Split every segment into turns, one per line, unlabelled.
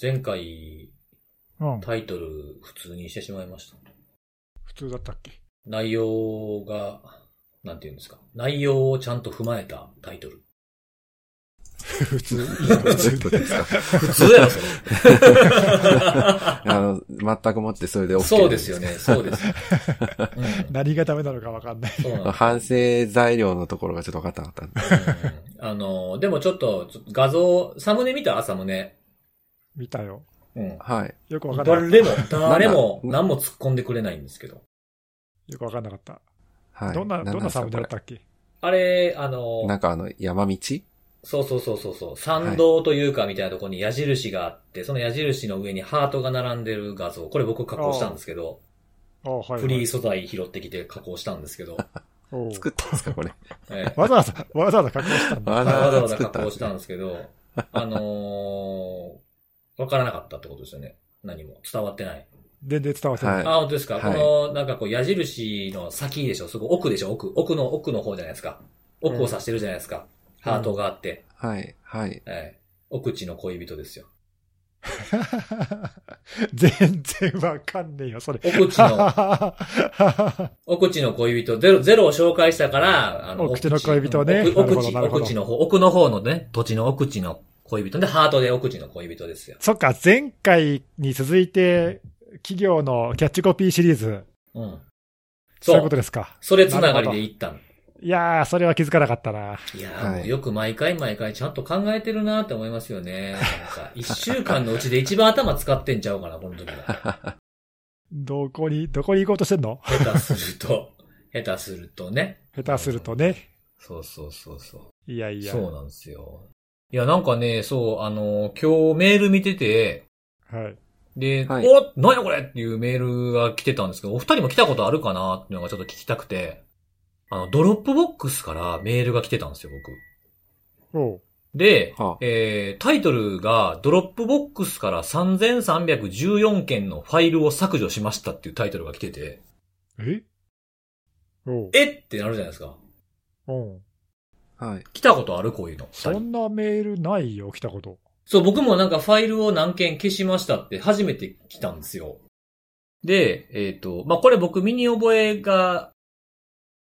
前回、
うん。
タイトル普通にしてしまいました。
普通だったっけ
内容が、なんて言うんですか。内容をちゃんと踏まえたタイトル。
普通。
普通ってことですか
普通やろ、そ れ。
あの、全くもってそれで OK。
そうですよ。ね、そうです。うん
何がダメなのかわかんない。
そうなんです
反省材料のところがちょっと分かったかったんで。
うんあの、でもちょっと、ちょっと画像、サムネ見た朝ムネ。
見たよ。
うん。
はい。
よくわかんなかっ
誰も、誰も
なん
何
だ
も突っ込んでくれないんですけど。
た。よくわかんなかった。
はい。
どんな、
何
どんな
ですか
サムネだったっけ
あれ、あ
こ
の
れ、なんかあの、山道
そうそうそうそうそう、参道というかみたいなところに矢印があって、その矢印の上にハートが並んでる画像、これ僕加工したんですけど、
あはい、はい。
フリー素材拾ってきて加工したんですけど、
おう
作ったんですか これ。
ええ
わざわざ、わざわざ加工したんだ。
わ
わざわざ
作
加
ったん
工
で
し
す
たん
ね
ですけど、あのーわからなかったってことですよね。何も。伝わってない。
全然伝わってない。
はい
あ、本当ですか、
はい
この、なんかこう、矢印の先でしょすごい奥でしょ奥。奥の、奥の方じゃないですか。奥を指してるじゃないですか。
うん
ハートがあって。
はい。はい。
ええ奥地の恋人ですよ。
全然わかんねえよ、それ。
奥地の、奥地の恋人、ゼロ、ゼロを紹介したから、あ
奥地の恋人ね
奥
なる
奥
ほど
地、
なるほど
奥地の方、奥の方のね、土地の奥地の恋人で、ハートで奥地の恋人ですよ。
そっか、前回に続いて、企業のキャッチコピーシリーズ、
うん。
そう
そ
いうこ
う
と。ですか。
それつながりで行ったの。
いやー、それは気づかなかったな。
いや
は
ー、
い
もうよく毎回毎回ちゃんと考えてるなって思いますよね。なんか、一週間のうちで一番頭使ってんちゃうかな、この時が。
どこに、どこに行こうとしてんの
下手すると、下手するとね。
下手するとね。
そうそうそうそ
いや
う。
いや。
そうなんですよ。いや、なんかね、そう、あの、今日メール見てて、
はい。
で、
はい
お何やこれっていうメールが来てたんですけど、お二人も来たことあるかなっていうのがちょっと聞きたくて、あの、ドロップボックスからメールが来てたんですよ、僕。
おう。
で、
はあ
えータイトルが、ドロップボックスから3314件のファイルを削除しましたっていうタイトルが来てて、
えおう。
えってなるじゃないですか。
うん。
はい。
来たことあるこういうの。
そんなメールないよ、来たこと。
そう、僕もなんかファイルを何件消しましたって初めて来たんですよ。で、えっ、と、まあ、これ僕身に覚えが、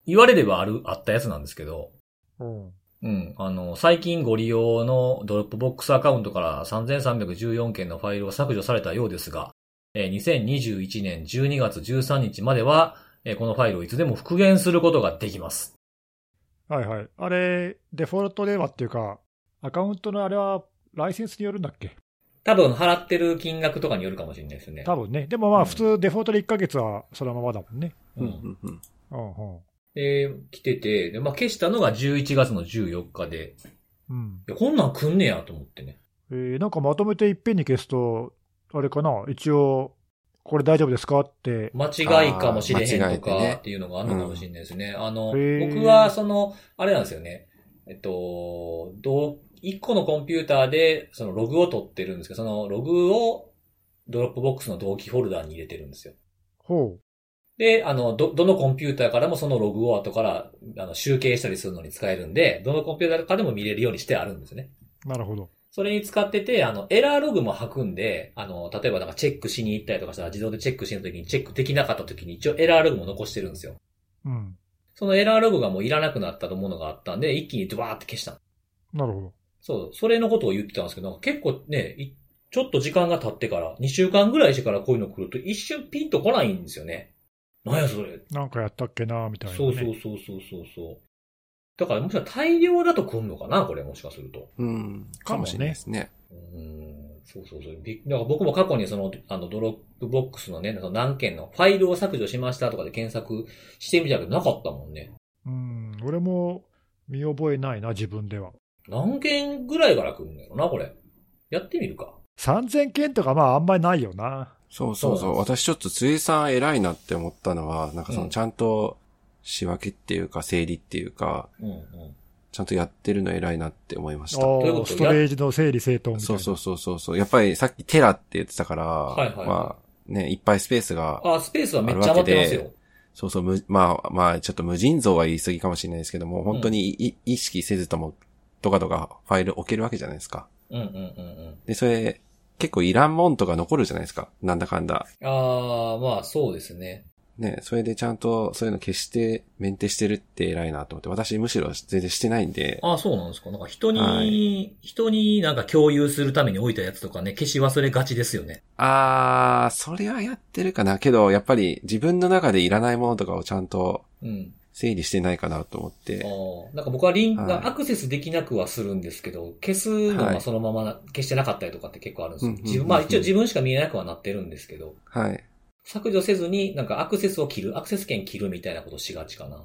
言われればある、あったやつなんですけど、
うん。
うん、あの、最近ご利用のドロップボックスアカウントから3314件のファイルを削除されたようですが、えー2021年12月13日までは、えーこのファイルをいつでも復元することができます。
はいはい。あれ、デフォルトではっていうか、アカウントのあれは、ライセンスによるんだっけ
多分払ってる金額とかによるかもしれないですね。
多分ね。でもま
う
あ、
ん
普通、デフォルトで1ヶ月はそのままだもんね。
う
うんんうん
うんうん。
で、来てて、で、まあ、消したのが11月の14日で、
うん。
いや、こんなん来んねやと思ってね。
えーなんかまとめていっぺんに消すと、あれかな、一応、これ大丈夫ですかって、
間違いかもしれへ
あー間
ん
違え
と
てね
かっていうのがあるのかもしれないですね。あの、
へー
僕はその、あれなんですよね。えっと、どう、一個のコンピューターでそのログを取ってるんですけど、そのログをドロップボックスの同期フォルダに入れてるんですよ。
ほ
で、あの、ど、どのコンピューターからもそのログを後から、あの、集計したりするのに使えるんで、どのコンピューターからでも見れるようにしてあるんですね。
う、なるほど。
それに使ってて、あの、エラーログも吐くんで、あの、例えばなんかチェックしに行ったりとかしたら自動でチェックしの時にチェックできなかった時に一応エラーログも残してるんですよ。
うん、
そのエラーログがもういらなくなったものがあったんで、一気にドワーって消したの。
なるほど。
そう、それのことを言ってたんですけど、結構ね、いちょっと時間が経ってから、2週間ぐらいしてからこういうの来ると一瞬ピンと来ないんですよね。なんやそれ。
なんかやったっけな、みたいな、ね。
そうそうそうそうそうそう。だからもしかしたら大量だと来んのかなこれもしかすると。
うん。かもしれないですね。
うーんそうそうそう。びだから僕も過去にその、あの、ドロップボックスのね、その何件のファイルを削除しましたとかで検索してみたけどなかったもんね。
うん、俺も見覚えないな、自分では。
何件ぐらいから来るんだろうな、これ。やってみるか。
3000件とか、まあ、あんまりないよな。
そうそう
そ
そうう。
なんで
私ちょっと辻さん偉いなって思ったのは、なんかそうの
ん
ちゃんと仕分けっていうか整理っていうか、
うんうん。
ちゃんとやってるの偉いなって思いました。
お
いうこ
ー
と
ストレージの整理整頓みたいな。
そうそうそうそうそう。やっぱりさっきテラって言ってたから、
いはい
まあね、いっぱいスペースが、
あ、スペースはめっちゃ余ってますよ。
そうそう、むまあまあ、ちょっと無尽蔵は言い過ぎかもしれないですけども、本当にい、意識せずとも、とかとかファイル置けるわけじゃないですか。
うんうんうんうん。
で、それ、結構いらんもんとか残るじゃないですか。なんだかんだ。
ああ、まあそうですね。
ね、それでちゃんとそういうの消して、メンテしてるって偉いなと思って、私むしろ全然してないんで、
ああ、そうなんですか。なんか人に、
は
人になんか共有するために置いたやつとかね、消し忘れがちですよね。
あー、それはやってるかな。けど、やっぱり自分の中でいらないものとかをちゃんと
うん。
整理してないかなと思っ
あ
て。
あ、なんか僕はリンク
はい
がアクセスできなくはするんですけど、消すの
は
が
い
そのままな消してなかったりとかって結構あるんですよ。
うんうんうんうん
自分、まあ一応自分しか見えなくはなってるんですけど、
はい。
削除せずになんかアクセスを切る、アクセス権切るみたいなことしがちかな。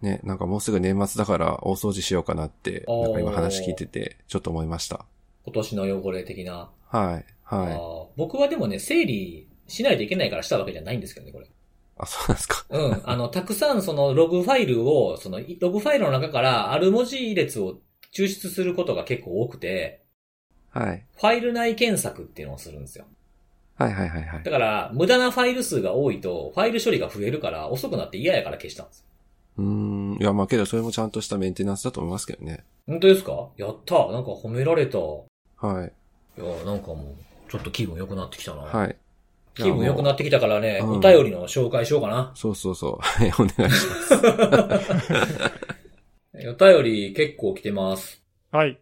ね、なんかもうすぐ年末だから大掃除しようかなって、
おー
なんか今話聞いてて、ちょっと思いました。
今年の汚れ的な。
はい。
あ
はい。
ー僕はでもね、整理しないといけないからしたわけじゃないんですけどね、これ。
あ、そうなんですか。
うん。あの、たくさんそのログファイルを、そのいログファイルの中からある文字列を抽出することが結構多くて、
はい。
ファイル内検索っていうのをするんですよ。
はいはいはいはい
だ。から、無駄なファイル数が多いと、ファイル処理が増えるから、遅くなって嫌やから消したんですよ。
うーん。いや、まあけどそれもちゃんとしたメンテナンスだと思いますけどね。
本当ですかやったなんか褒められた。い
はい。
や、なんかもう、ちょっと気分良くなってきたな。
はい。
気分良くなってきたからね、
うん
お便りの紹介しようかな。
そうそうそう。 はい、お願いします。
お便り結構来てます。
はい。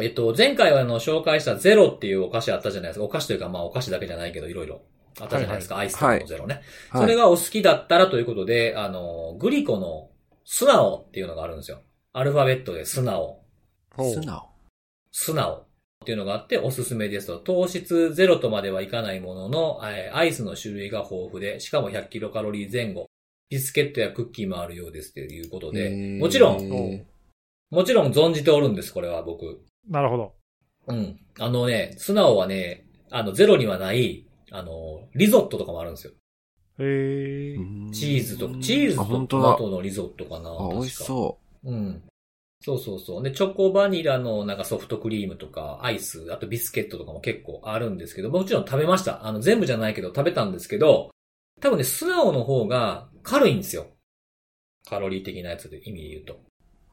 えっと、前回はあの、紹介したゼロっていうお菓子あったじゃないですか。お菓子というか、まあお菓子だけじゃないけど、いろいろ。あったじゃないですか。アイスとかのゼロね、
は
それ
い。
がお好きだったらということで、あの、グリコの素直っていうのがあるんですよ。アルファベットで素直。
ほう
素直。
素直っていうのがあっておすすめですと。糖質ゼロとまではいかないものの、えーアイスの種類が豊富で、しかも100キロカロリー前後。ビスケットやクッキーもあるようですということで、
えー
もちろん、
え
もちろん存じておるんです、これは僕。
なるほど。
うん。あのね、素直はね、あの、ゼロにはない、あの、リゾットとかもあるんですよ。
へえ
ーう。ーん
チーズと、チーズと
あ、本
ト
当
マ
だ。
トのリゾットかな。
あ、美味し
う。
そ
うん。そうそうそう。で、チョコバニラのなんかソフトクリームとか、アイス、あとビスケットとかも結構あるんですけど、もちろん食べました。あの、全部じゃないけど食べたんですけど、多分ね、素直の方が軽いんですよ。カロリー的なやつで意味で言うと。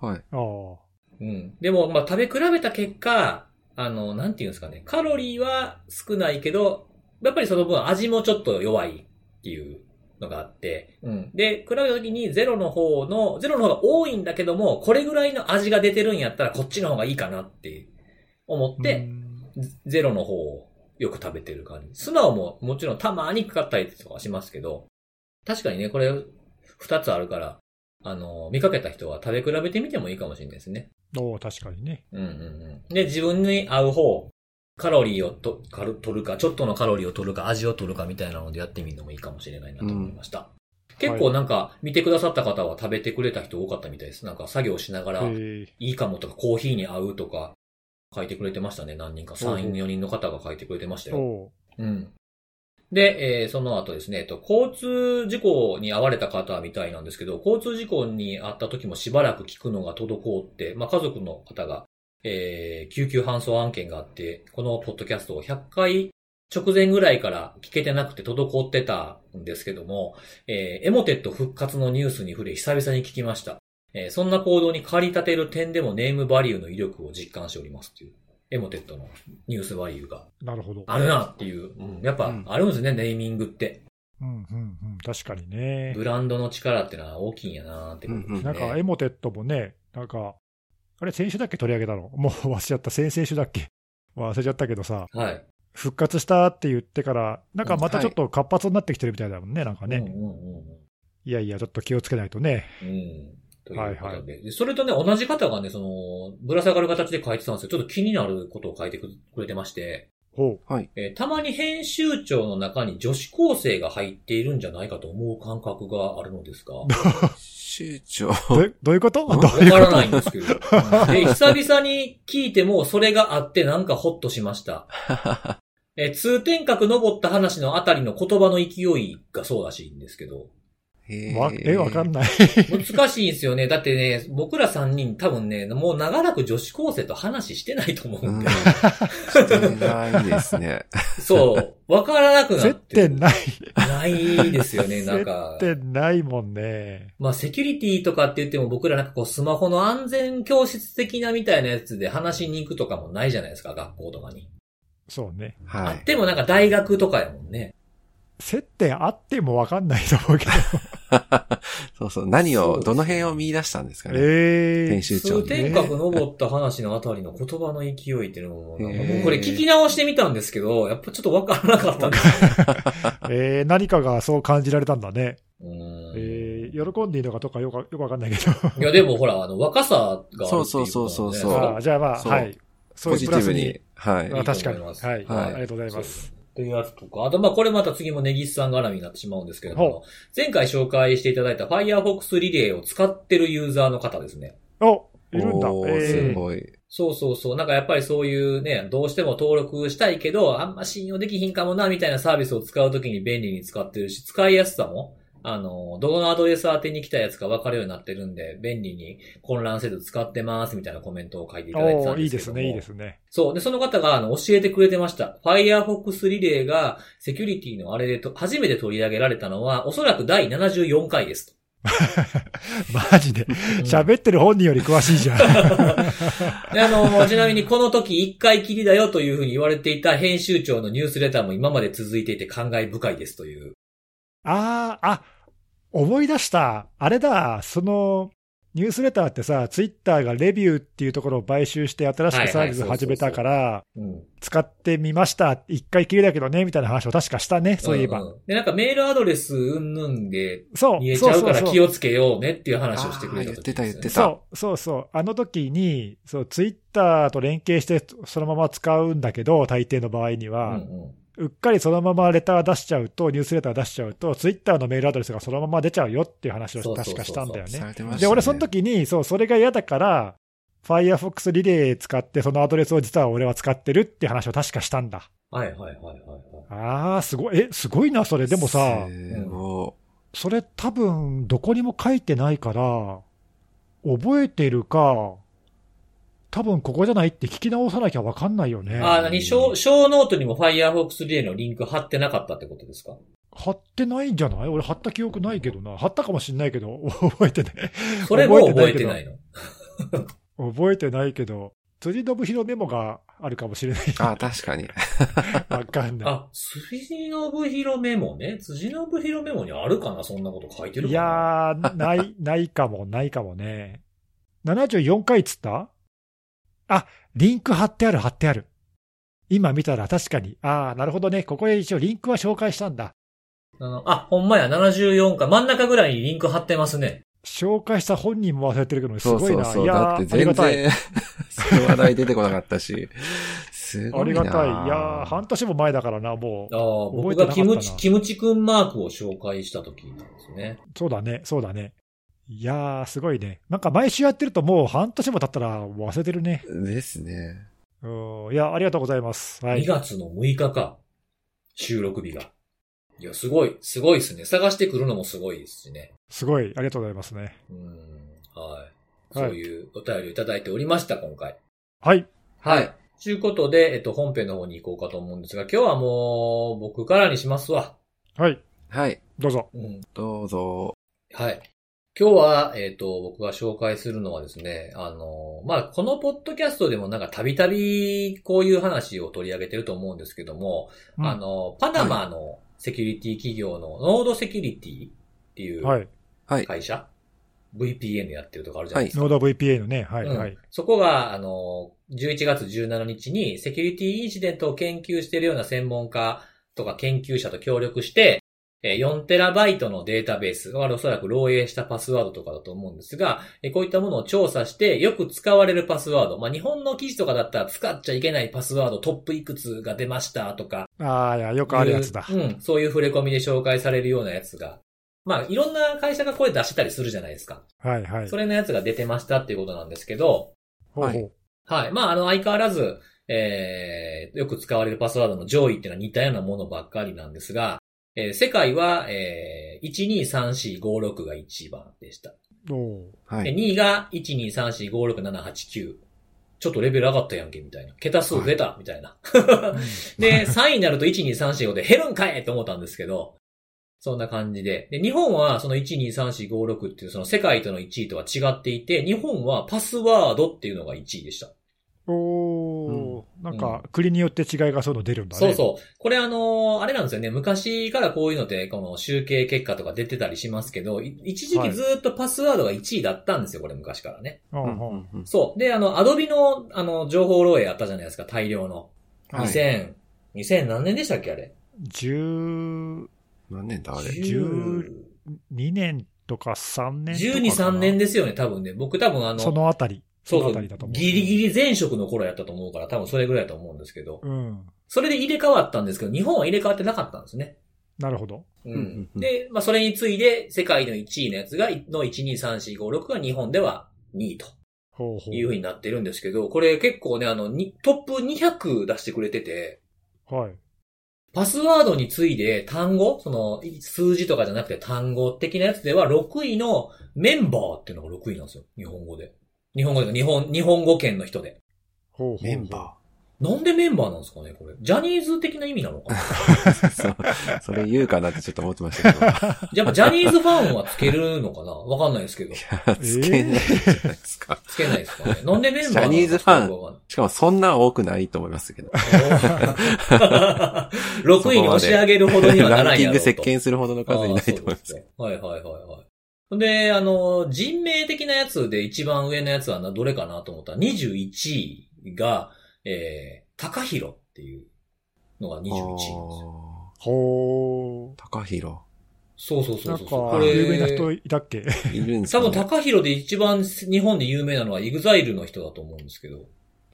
う。はい。
ああ。
うん。でも、まあ、食べ比べた結果、あの、なんていうんですかね、カロリーは少ないけど、やっぱりその分味もちょっと弱いっていうのがあって、うん。で、比べた時にゼロの方の、ゼロの方が多いんだけども、これぐらいの味が出てるんやったらこっちの方がいいかなって思っ
う
て、
ん
ゼロの方をよく食べてる感じ。素直ももちろんたまにかかったりとかはしますけど、確かにね、これ二つあるから、あの、見かけた人は食べ比べてみてもいいかもしれないですね。
おー確かにね。
うんうんうん。で、自分に合う方、カロリーをとカロ取るか、ちょっとのカロリーを取るか、味を取るかみたいなのでやってみるのもいいかもしれないなと思いました。結構なんか、見てくださった方は食べてくれた人多かったみたいです。なんか作業しながら、い
へえ。
いかもとか、コーヒーに合うとか、書いてくれてましたね。何人か。
ほうほう
3、4人の方が書いてくれてましたよ。
お
うん。で、えーその後ですね、えっと、交通事故に遭われた方みたいなんですけど、交通事故に遭った時もしばらく聞くのが滞って、まあ、家族の方が、えー救急搬送案件があって、このポッドキャストを100回直前ぐらいから聞けてなくて滞ってたんですけども、えーエモテット復活のニュースに触れ久々に聞きました。えーそんな行動に駆り立てる点でもネームバリューの威力を実感しておりますという、エモテットのニュースバリューが
ーなるほど。
あるなっていう。うんやっ
う
ぱ
ん、
あるんですね、ネーミングって。
うんうんうん。確かにね
ブ。ランドの力ってのは大きいんやなってことですね。
なんか、エモテットもね、なんか、あれ、先週だっけ取り上げたのもう忘れちゃった。先々週だっけ忘れちゃったけどさ、
はい。
復活したって言ってから、なんかまたちょっと活発になってきてるみたいだもんね、なんか
うん
ね。
うんうんうん
いやいや、ちょっと気をつけないとね。
うん。ということで。
はいは
でそれとね、同じ方がね、その、ぶら下がる形で書いてたんですよ。ちょっと気になることを書いてくくれてまして、
ほ
えーたまに編集長の中に女子高生が入っているんじゃないかと思う感覚があるのですが、わ
集長。
う。どうどういうことどういう
か
こ
ら
と
ないんですけど。で、久々に聞いても、それがあってなんかホッとしま した。えー通天閣登った話のあたりの言葉の勢いがそうらしいんですけど、
わえ、わかん
い。
ない。
難しいんですよね。だってね、僕ら3人多分ね、もう長らく女子高生と話してないと思う
うんん。
で、
してないですね。
そう、わからなくな
接
って
点
る。
ない。
ないですよ ね、なんか
接。点ないもんね。
まあ、セキュリティとかって言っても僕らなんかこう、スマホの安全教室的なみたいなやつで話しに行くとかもないじゃないですか、学校とかに。
そうね。
は
あっ
い。
てもなんか大学とかやもんね。
接点あってもわかんないと思うけ ど。
そうそう。何
そう
を、
ですね
どの辺を見出したんですかね。
え
編
え
集長
通
にね。
天閣登った話のあたりの言葉の勢いっていうのも、なんか
へ
僕
ー
これ聞き直してみたんですけど、やっぱちょっとわからなかったんですよ。
えー何かがそう感じられたんだね。
うーん
えー喜んでいいのかとかよくよくわかんないけど。
いやでもほら、あの、若さがあるっていうことなんで
そうそうそうそう
あーじゃあまあ、
そう
はい。そうい
ポ
う
ジ
プ
テ
ラ
ィ
ス
ブ
に
に。。は
いい
い。
あ
と思
確か
い
に。
ま
は
す
い。
は
あ
い
りがとうござい
そう
ま。
ですすね。というやつとか、あとまあこれまた次もネギスさん絡みになってしまうんですけれど
ほ
も、前回紹介していただいた Firefox リレーを使ってるユーザーの方ですね。
おいるんだ。
おー
え
す
ー
ごい。
そうそうそう。なんかやっぱりそういうね、どうしても登録したいけど、あんま信用できひんかもな、みたいなサービスを使うときに便利に使ってるし、使いやすさも、あの、どのアドレス宛てに来たやつか分かるようになってるんで、便利に混乱せず使ってます、みたいなコメントを書いていただいてた
お
ん
ーい
ですけ
いで
ど
す
も
ね、いいですね。
そう。で、その方が、あの、教えてくれてました。Firefox リレーが、セキュリティのあれでと、初めて取り上げられたのは、おそらく第74回です
マ ジで。
と。うん
喋ってる本人より詳しいじゃん。
であの、ちなみにこの時一回きりだよというふうに言われていた編集長のニュースレターも今まで続いていて感慨深いですという。
ああ、あ、思い出した。あれだ、その、ニュースレターってさ、ツイッターがレビューっていうところを買収して新しくサービスを始めたから、
うん。
使ってみました。一回きりだけどね、みたいな話を確かしたね、そういえば。
んんで、なんかメールアドレスうんぬんで
そう、
見えち
そう
ゃう
そ
か
う
ら
そう
気をつけようねっていう話をしてくれた時ですよね、
あー言ってた言ってた
そう、そうそう。あの時に、そう、ツイッターと連携してそのまま使うんだけど、大抵の場合に
うん
は、
うん。
うっかりそのままレター出しちゃうと、ニュースレター出しちゃうと、ツイッターのメールアドレスがそのまま出ちゃうよっていう話
そ
を
うそうそうそう
確かしたんだよね
さ。れてましたね。
で、俺その時に、そう、それが嫌だから、Firefox リレー使って、そのアドレスを実は俺は使ってるって話を確かしたんだ。
はいはいはいはいはい。
ああ、すごい。え、すごいな、それ。でもさ、
すご
それ多分、どこにも書いてないから、覚えてるか、多分ここじゃないって聞き直さなきゃわかんないよね。
あー、何ショー、ショーノートにも Firefox リレーのリンク貼ってなかったってことですか
貼ってないんじゃない俺貼った記憶ないけどな。貼ったかもしんないけど、 覚えてない。
それも覚えてないの。
覚えてないけど、辻信弘メモがあるかもしれない。
い。あ、確かに。
わかんない。
あ、辻信弘メモね。辻信弘メモにあるかなそんなこと書いてる
い
かな
やー、ない、ないかも、ないかもね。74回っつったあ、リンク貼ってある、貼ってある。今見たら確かに。あー、なるほどね。ここへ一応リンクは紹介したんだ。
あの、あ、ほんまや、74回。真ん中ぐらいにリンク貼ってますね。
紹介した本人も忘れてるけ ど、す
そう
ごい
そ
な。
うそう。
いや
だ
ー、
って
あり
全
がたい。
然、 その話題出てこなかったし。す
あ
ごい
り
な。
がたい。いやー、半年も前だからな、も
あ
う。
あ、
覚
僕
えて
が
なかったな
キムチ、キムチくんマークを紹介した時なんですね。
そうだね、そうだね。いやー、すごいね。なんか毎週やってるともう半年も経ったら忘れてるね。
ですね。
うん。いや、ありがとうございます。は
2
い。
月の6日か。収録日が。いや、すごい、すごいですね。探してくるのもすごいですしね。
すごい、ありがとうございますね。
うん、はい。そ
はいう
いうお便りをいただいておりました、今回。
はい。
はい。ということで、えっと、本編の方に行こうかと思うんですが、今日はもう、僕からにしますわ。
はい。
はい。
どうぞ。
うん。
どうぞ。
はい。今日は、えっ、と、僕が紹介するのはですね、あの、まあ、このポッドキャストでもなんかたびたびこういう話を取り上げてると思うんですけども、
うん
あの、パナマのセキュリティ企業のノードセキュリティってい
は
う
い。
はい。
会社、VPN やってるとかあるじゃないですか。
ノード VPA のね、はい、
うん
はい。
そこが、あの、11月17日にセキュリティインシデントを研究しているような専門家とか研究者と協力して、えー 4TB のデータベース、これおそらく漏洩したパスワードとかだと思うんですが、えーこういったものを調査して、よく使われるパスワード、まあ、日本の記事とかだったら使っちゃいけないパスワードトップいくつが出ましたとか、
ああ、いや、よくあるやつだ。
いううん、そういう触れ込みで紹介されるようなやつが、まあ、いろんな会社がこれ出してたりするじゃないですか。
はい、はい
そ。れのやつが出てましたっていうことなんですけど、
ほう
は
ほ。
いう
はい。まあ、あの、相変わらず、えー、よく使われるパスワードの上位っていうのは似たようなものばっかりなんですが、えー世界は、えー、12345が1番でした。
おう
は
で、
い。
2位が123456789。ちょっとレベル上がったやんけ、みたいな。桁数出た、みたいな。で、3位になると12345で減るんかいと思ったんですけど、そんな感じで。で、日本はその12345っていうその世界との1位とは違っていて、日本はパスワードっていうのが1位でした。
おーなんか、国によって違いがそういうの出るんだね。
そうそう。これあのーあれなんですよね。昔からこういうのって、この集計結果とか出てたりしますけど、い一時期ずーっとパスワードが1位だったんですよ、これ昔からね。
う。うんうん
ん。
そう。で、あの、アドビの、あの、情報漏洩あったじゃないですか、大量の。
はい
2000、2000何年でしたっけ、あれ。
12
何年だあれ。
10
年とか3年とかか
12、
な。
3年ですよね、多分ね。僕多分あの、
そのあたり。
そう
そ
そ
のあた
う
りだと、思う。
ギリギリ前職の頃やったと思うから、多分それぐらいだと思うんですけど。
うん。
それで入れ替わったんですけど、日本は入れ替わってなかったんですね。
なるほど。
うん
うんうん
で、まあ、それに次いで、世界の1位のやつが、の1、2、3、4、5、6が日本では2位と
ほうほ
いう風になってるんですけど、これ結構ね、あの、にトップ200出してくれてて、
う。はい。
パスワードに次いで単語、その、数字とかじゃなくて単語的なやつでは、6位のメンバーっていうのが6位なんですよ。日本語で。日本語で、日本、日本語圏の人で。
ほうほうほう。
メンバ
なんでメンバーなんですかね、これ。ジャニーズ的な意味なの かな
ー。そう。それ言うかなってちょっと思ってまし たけど。
やっぱジャニーズファンはつけるのかなわかんないですけど。
つけないじゃないですか。
つけないですかね。なんでメンバーなのか
ジャニーズファン
よくわかんない
しかもそんな多くないと思います けど。
6位に押し上げるほどにはなら
ラ
ない
ンキ
や
ン
ろ
グ
うと。
席巻するほどの数いないと思います。
ああそうですねはいはいはいはい。で、あの、人名的なやつで一番上のやつはなどれかなと思ったら、21位が、えー、高弘っていうのが21位なんですよ。
あ
ほ
ー高弘。
そうそう
う。
そ
な
うんそ
か
うそう。、
有名な人いたっけ
いるんです
多
か、
分、
ね、
高弘で一番日本で有名なのは EXILE の人だと思うんですけど、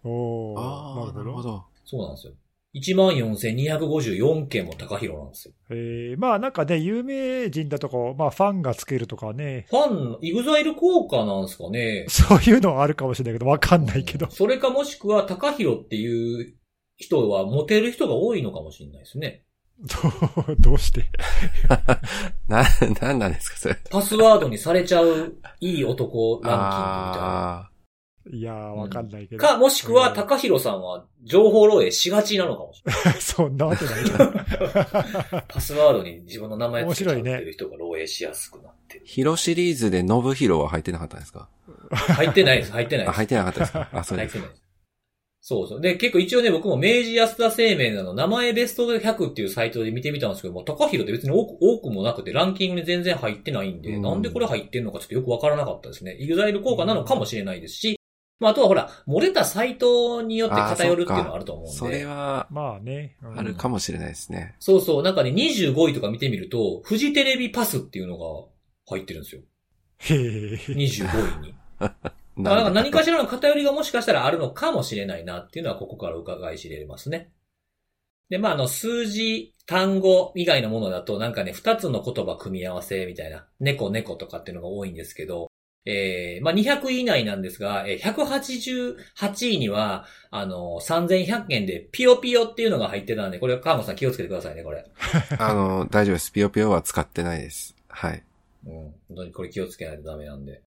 おー
ああ、なるほ。ど。
そうなんですよ。14,254件も高弘なんですよ。
えー、まあなんかね、有名人だとか、まあファンがつけるとかね、
ファンの、EXILE 効果なんですかね。
そういうのはあるかもしれないけど、わかんないけど
うん。それかもしくは、高弘っていう人は、モテる人が多いのかもしれないですね。
どうどうして
な、 なんなんですか、それ。
パスワードにされちゃう、いい男ランキングみたいな。
あ
いやー、わかんないけど。
か、もしくは、
うん
高弘さんは、情報漏洩しがちなのかもしれない。
そんなわけないじ ゃん。
パスワードに自分の名前つけちゃうっていう人が漏洩しやすくなってる。
ー、ヒロシリーズでノブヒロは入ってなかったんですか
入ってないです、入ってない
あ、
です
入っ。てなかったです かあ、そう
入
で
っ
す
て。ないです。そうそう。で、結構一応ね、僕も明治安田生命なの、名前ベスト100っていうサイトで見てみたんですけども、高弘って別に多く多くもなくて、ランキングに全然入ってないんで、
うん
なんでこれ入ってんのかちょっとよくわからなかったですね。イグザイル効果なのかもしれないですし、まあ、あとはほら、漏れたサイトによって偏るっていうのはあると思うんで。
それは、
まあね。うん
あるかもしれないですね。
そうそう、なんかね、25位とか見てみると、フジテレビパスっていうのが入ってるんですよ。
へえ。
25位に。だからなん
なん
か何かしらの偏りがもしかしたらあるのかもしれないなっていうのはここから伺い知れますね。で、まあ、あの、数字、単語以外のものだと、なんかね、二つの言葉組み合わせみたいな、猫猫とかっていうのが多いんですけど、えー、まあ、200位以内なんですが、えー188位には、あの、3100件で、ピヨピヨっていうのが入ってたんで、これ、川本さん気をつけてくださいね、これ。
あの、大丈夫です。ピヨピヨは使ってないです。はい。
うん。本当にこれ気をつけないとダメなんで。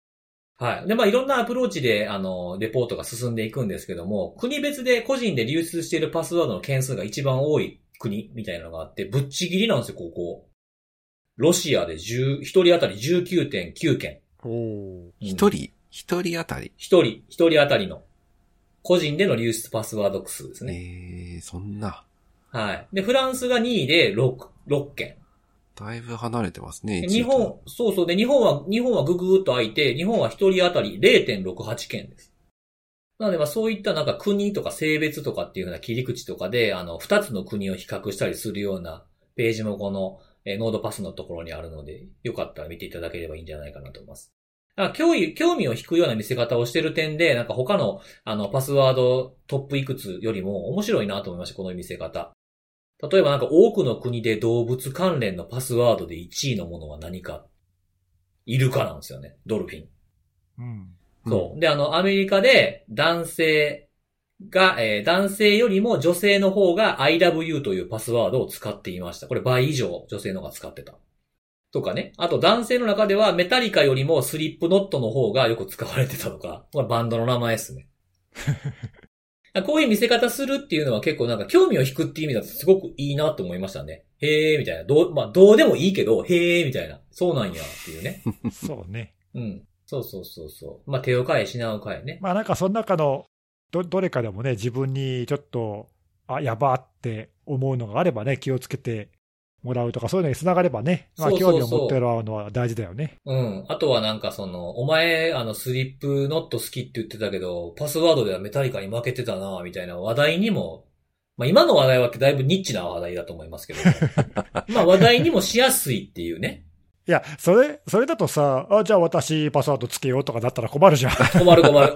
はい。で、まあ、いろんなアプローチで、あの、レポートが進んでいくんですけども、国別で個人で流出しているパスワードの件数が一番多い国みたいなのがあって、ぶっちぎりなんですよ、ここ。ロシアで10、1人当たり19.9件。
おお。
うん
一人、一人あたり。
一人、一人当たりの、個人での流出パスワード数ですね。
ええー、そんな。
はい。で、フランスが2位で6、6件。
だいぶ離れてますね、一
日
位と
本、そうそうで、日本は、日本はぐぐーっと空いて、日本は一人当たり0.68件です。なので、まあそういったなんか国とか性別とかっていうような切り口とかで、あの、二つの国を比較したりするようなページもこの、えーノードパスのところにあるので、よかったら見ていただければいいんじゃないかなと思います。だから興味、興味を引くような見せ方をしてる点で、なんか他の、あの、パスワードトップいくつよりも面白いなと思いました、この見せ方。例えばなんか多くの国で動物関連のパスワードで1位のものは何か。イルカなんですよね。ドルフィン。
う ん。
そう。で、あの、アメリカで男性が、えー男性よりも女性の方が I love you というパスワードを使っていました。これ倍以上女性の方が使ってた。とかね。あと男性の中ではメタリカよりもスリップノットの方がよく使われてたとか。これバンドの名前ですね。こういう見せ方するっていうのは結構なんか興味を引くっていう意味だとすごくいいなと思いましたね。へーみたいな。どう、まあどうでもいいけど、へーみたいな。そうなんやっていうね。
そうね。
うん。そうそうそうそう。まあ手を変え品を変えね。
まあなんかその中のど、どれかでもね、自分にちょっと、あ、やばって思うのがあればね、気をつけてもらうとか、そういうのに繋がればね、まあ、
そうそうそ
興
う
味を持ってもらうのは大事だよね。
うん。あとはなんかその、お前、あの、スリップノット好きって言ってたけど、パスワードではメタリカに負けてたなみたいな話題にも、まあ今の話題はだいぶニッチな話題だと思います けど、まあ話題にもしやすいっていうね、
いや、それ、それだとさ、あ、じゃあ私パスワードつけようとかだったら困るじゃん。
困る困る。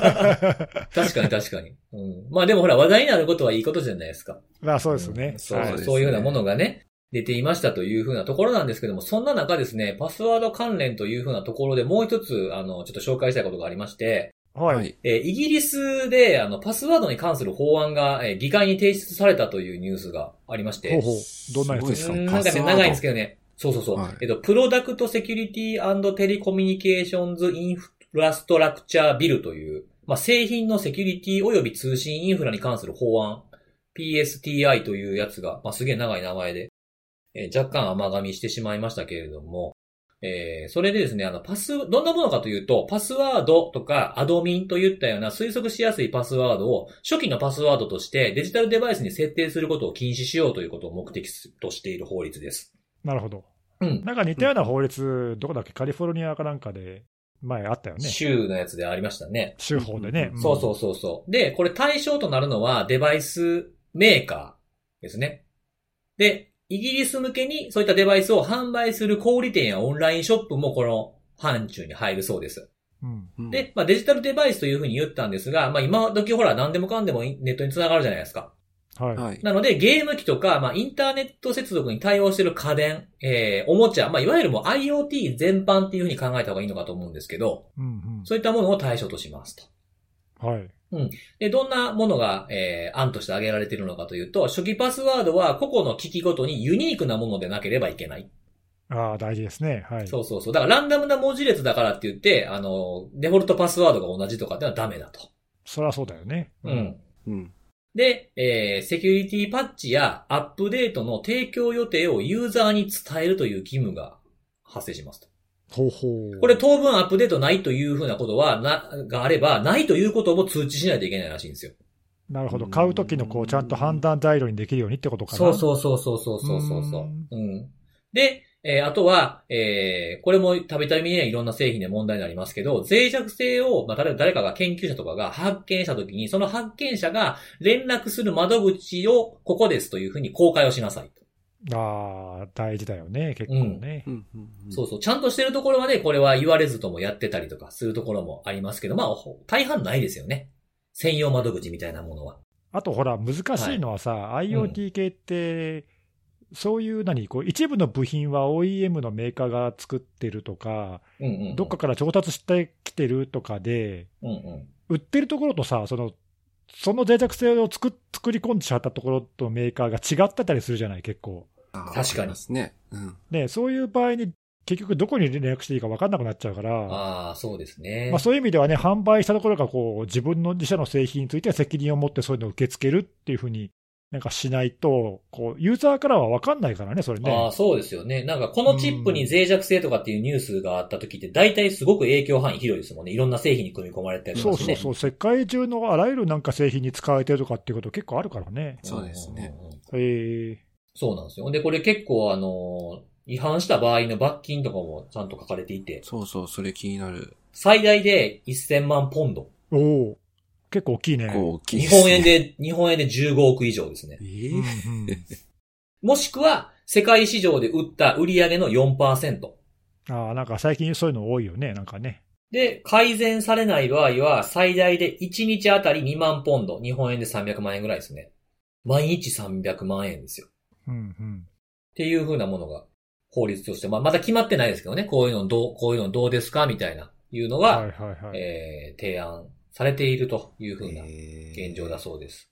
確かに確かに。うん。まあでもほら、話題になることはいいことじゃないですか。
まあそうですね。
んそう
は
そ
いう
ですね
そういうふうなものがね、出ていましたというふうなところなんですけども、そんな中ですね、パスワード関連というふうなところでもう一つ、あの、ちょっと紹介したいことがありまして、
はい。
はい。
えーイギリスで、あの、パスワードに関する法案が、えー議会に提出されたというニュースがありまして、
ほうほう。どんなやつ
すご
で
いっ
す
す
か
ね
うんなんか
パス
ね、
ワード
長いんですけどね。そうそうそう。
はい
えっと、プロダクトセキュリティテレコミュニケーションズインフラストラクチャービルという、まあ、製品のセキュリティ及び通信インフラに関する法案、PSTI というやつが、まあ、すげえ長い名前で、えー若干甘噛みしてしまいましたけれども、えーそれでですね、あの、パス、どんなものかというと、パスワードとかアドミンといったような推測しやすいパスワードを初期のパスワードとしてデジタルデバイスに設定することを禁止しようということを目的としている法律です。
なるほど。
うん。
なんか似たような法律、どこだっけ、カリフォルニアかなんかで、前あったよね。
州のやつでありましたね。
州法でね。
うん
そうそうそうそう。で、これ対象となるのはデバイスメーカーですね。で、イギリス向けにそういったデバイスを販売する小売店やオンラインショップもこの範疇に入るそうです。
うん。うん
うん、
で、まあ、デジタルデバイスというふうに言ったんですが、まあ、今時ほら何でもかんでもネットにつながるじゃないですか。
はい。
はい。
なので、ゲーム機とか、まあ、インターネット接続に対応している家電、えー、おもちゃ、まあ、いわゆるもう IoT 全般っていうふうに考えた方がいいのかと思うんですけど、
うん
そういったものを対象としますと。
うん。はい。
で、どんなものが、えー、案として挙げられているのかというと、初期パスワードは個々の機器ごとにユニークなものでなければいけない。
ああ、大事ですね。はい。
そうそうそう。だからランダムな文字列だからって言って、あの、デフォルトパスワードが同じとかってのはダメだと。
そりゃそうだよね。
う。ん。
うん。
で、えーセキュリティパッチやアップデートの提供予定をユーザーに伝えるという義務が発生しますと。
ほうほう。
これ当分アップデートないというふうなことは、な、があれば、ないということも通知しないといけないらしいんですよ。
なるほど。買う時のこう、ちゃんと判断材料にできるようにってことかな。
そうそうそうそうそうそうそうそうう。うん。で、えーあとは、えーこれもたびたびね、いろんな製品で問題になりますけど、脆弱性を、まあ、例えば誰かが研究者とかが発見したときに、その発見者が連絡する窓口をここですというふうに公開をしなさいと。
ああ、大事だよね。結構ね。
うんうんうん
そうそう。ちゃんとしてるところはね、これは言われずともやってたりとかするところもありますけど、まあ、ほ大半ないですよね。専用窓口みたいなものは。
あとほら、難しいのはさ、IoT 系って、そういう何こう一部の部品は OEM のメーカーが作ってるとか、
うんうん、うん。
どっか。から調達してきてるとかで、
うんうん。
売ってるところとさ、そのその脆弱性を作っ作り込んでしまったところとメーカーが違ってたりするじゃない、結構。
あ
確
ー
かに
わりますね。うん。
ね、そういう場合に、結局どこに連絡していいか分かんなくなっちゃうから、
ああ、そうですね。
まあ、そういう意味ではね、販売したところがこう自分の自社の製品については責任を持ってそういうのを受け付けるっていうふうになんかしないと、こうユーザーからは分かんないからね、それ
あ
ね
あ、。そうですよね。なんかこのチップに脆弱性とかっていうニュースがあった時って、大体すごく影響範囲広いですもんね。いろんな製品に組み込まれてる
そうそう
ね。
そう、世界中のあらゆるなんか製品に使われてるとかっていうこと結構あるからね。
そうですね
んうんうん。
え
そうなんですよ。で、これ結構あのー、違反した場合の罰金とかもちゃんと書かれていて、
そうそう、それ気になる。
最大で1000万ポンド。
ー、おお、結構大きいね。
こう、大きい
日
ですね
本円。で、日本円で15億以上ですね。
え
うんう
え
ん
もしくは、世界市場で売った売上の4%。
ああ、なんか最近そういうの多いよね、なんかね。
で、改善されない場合は、最大で1日あたり2万ポンド。日本円で300万円ぐらいですね。毎日300万円ですよ。
うんうん。
っていう風なものが、法律として、まあ、まだ決まってないですけどね。こういうのどう、こういうのどうですかみたいな、いうのが、
はいはいはい。
えー、提案されているという風な
現
現状だそうです。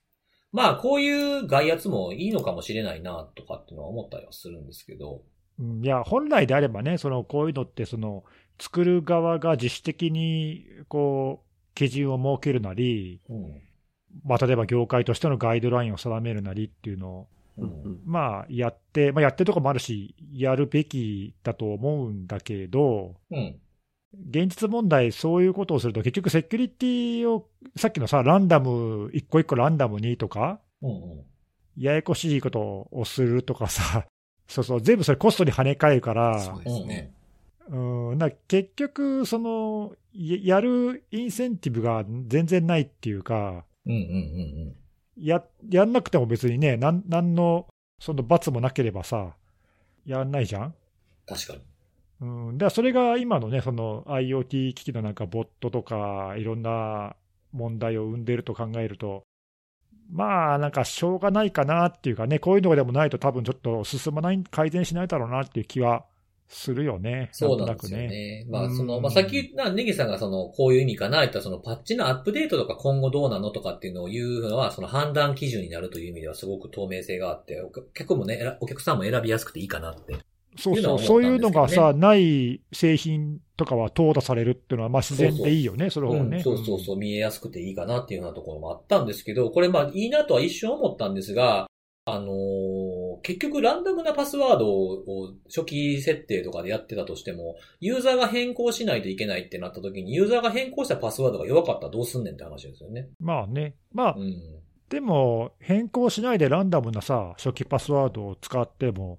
まあ、こういう外圧もいいのかもしれないな、とかっていうのは思ったりはするんですけど。
うんいや、本来であればね、そのこういうのってその、作る側が自主的にこう基準を設けるなり、
うん。
まあ、例えば業界としてのガイドラインを定めるなりっていうのを、
う。
うんん
まあ、やって、まあ、やってるとこもあるし、やるべきだと思うんだけど、
うん。
現実問題、そういうことをすると、結局セキュリティを、さっきのさ、ランダム、一個一個ランダムにとか、
うんうん。
ややこしいことをするとかさ、そうそう、全部それコストに跳ね返るから、
そうですね。
うん、な結局、その、ややるインセンティブが全然ないっていうか、
うんうんうんうん。
や、やんなくても別にね、なん、なんの、その罰もなければさ、やんないじゃん
確かに。
うん、だからそれが今のね、その IoT 機器のなんかボットとか、いろんな問題を生んでると考えると、まあ、なんかしょうがないかなっていうかね、こういうのでもないと、多分ちょっと進まない、改善しないだろうなっていう気はするよね、
そうな
と
んですよ
くね。
ね。まあ、
うん
その、まあ、さっき言った、ネギさんがその、こういう意味かな、言ったその、パッチのアップデートとか今後どうなのとかっていうのを言うのは、その判断基準になるという意味ではすごく透明性があって、お客結構もね、えらお客さんも選びやすくていいかなって。
そうそう、
っていうのは思ったんですけどね
そういうのがさ、ない製品とかは淘汰されるっていうのは、まあ自然でいいよね、それの方が
う
ね。
ん、そうそうそうう、見えやすくていいかなっていうようなところもあったんですけど、これまあいいなとは一瞬思ったんですが、あのー結局ランダムなパスワードを初期設定とかでやってたとしても、ユーザーが変更しないといけないってなった時に、ユーザーが変更したパスワードが弱かったらどうすんねんって話ですよね。
ん。まあね。まあ
う、ん。
でも、変更しないでランダムなさ、初期パスワードを使っても、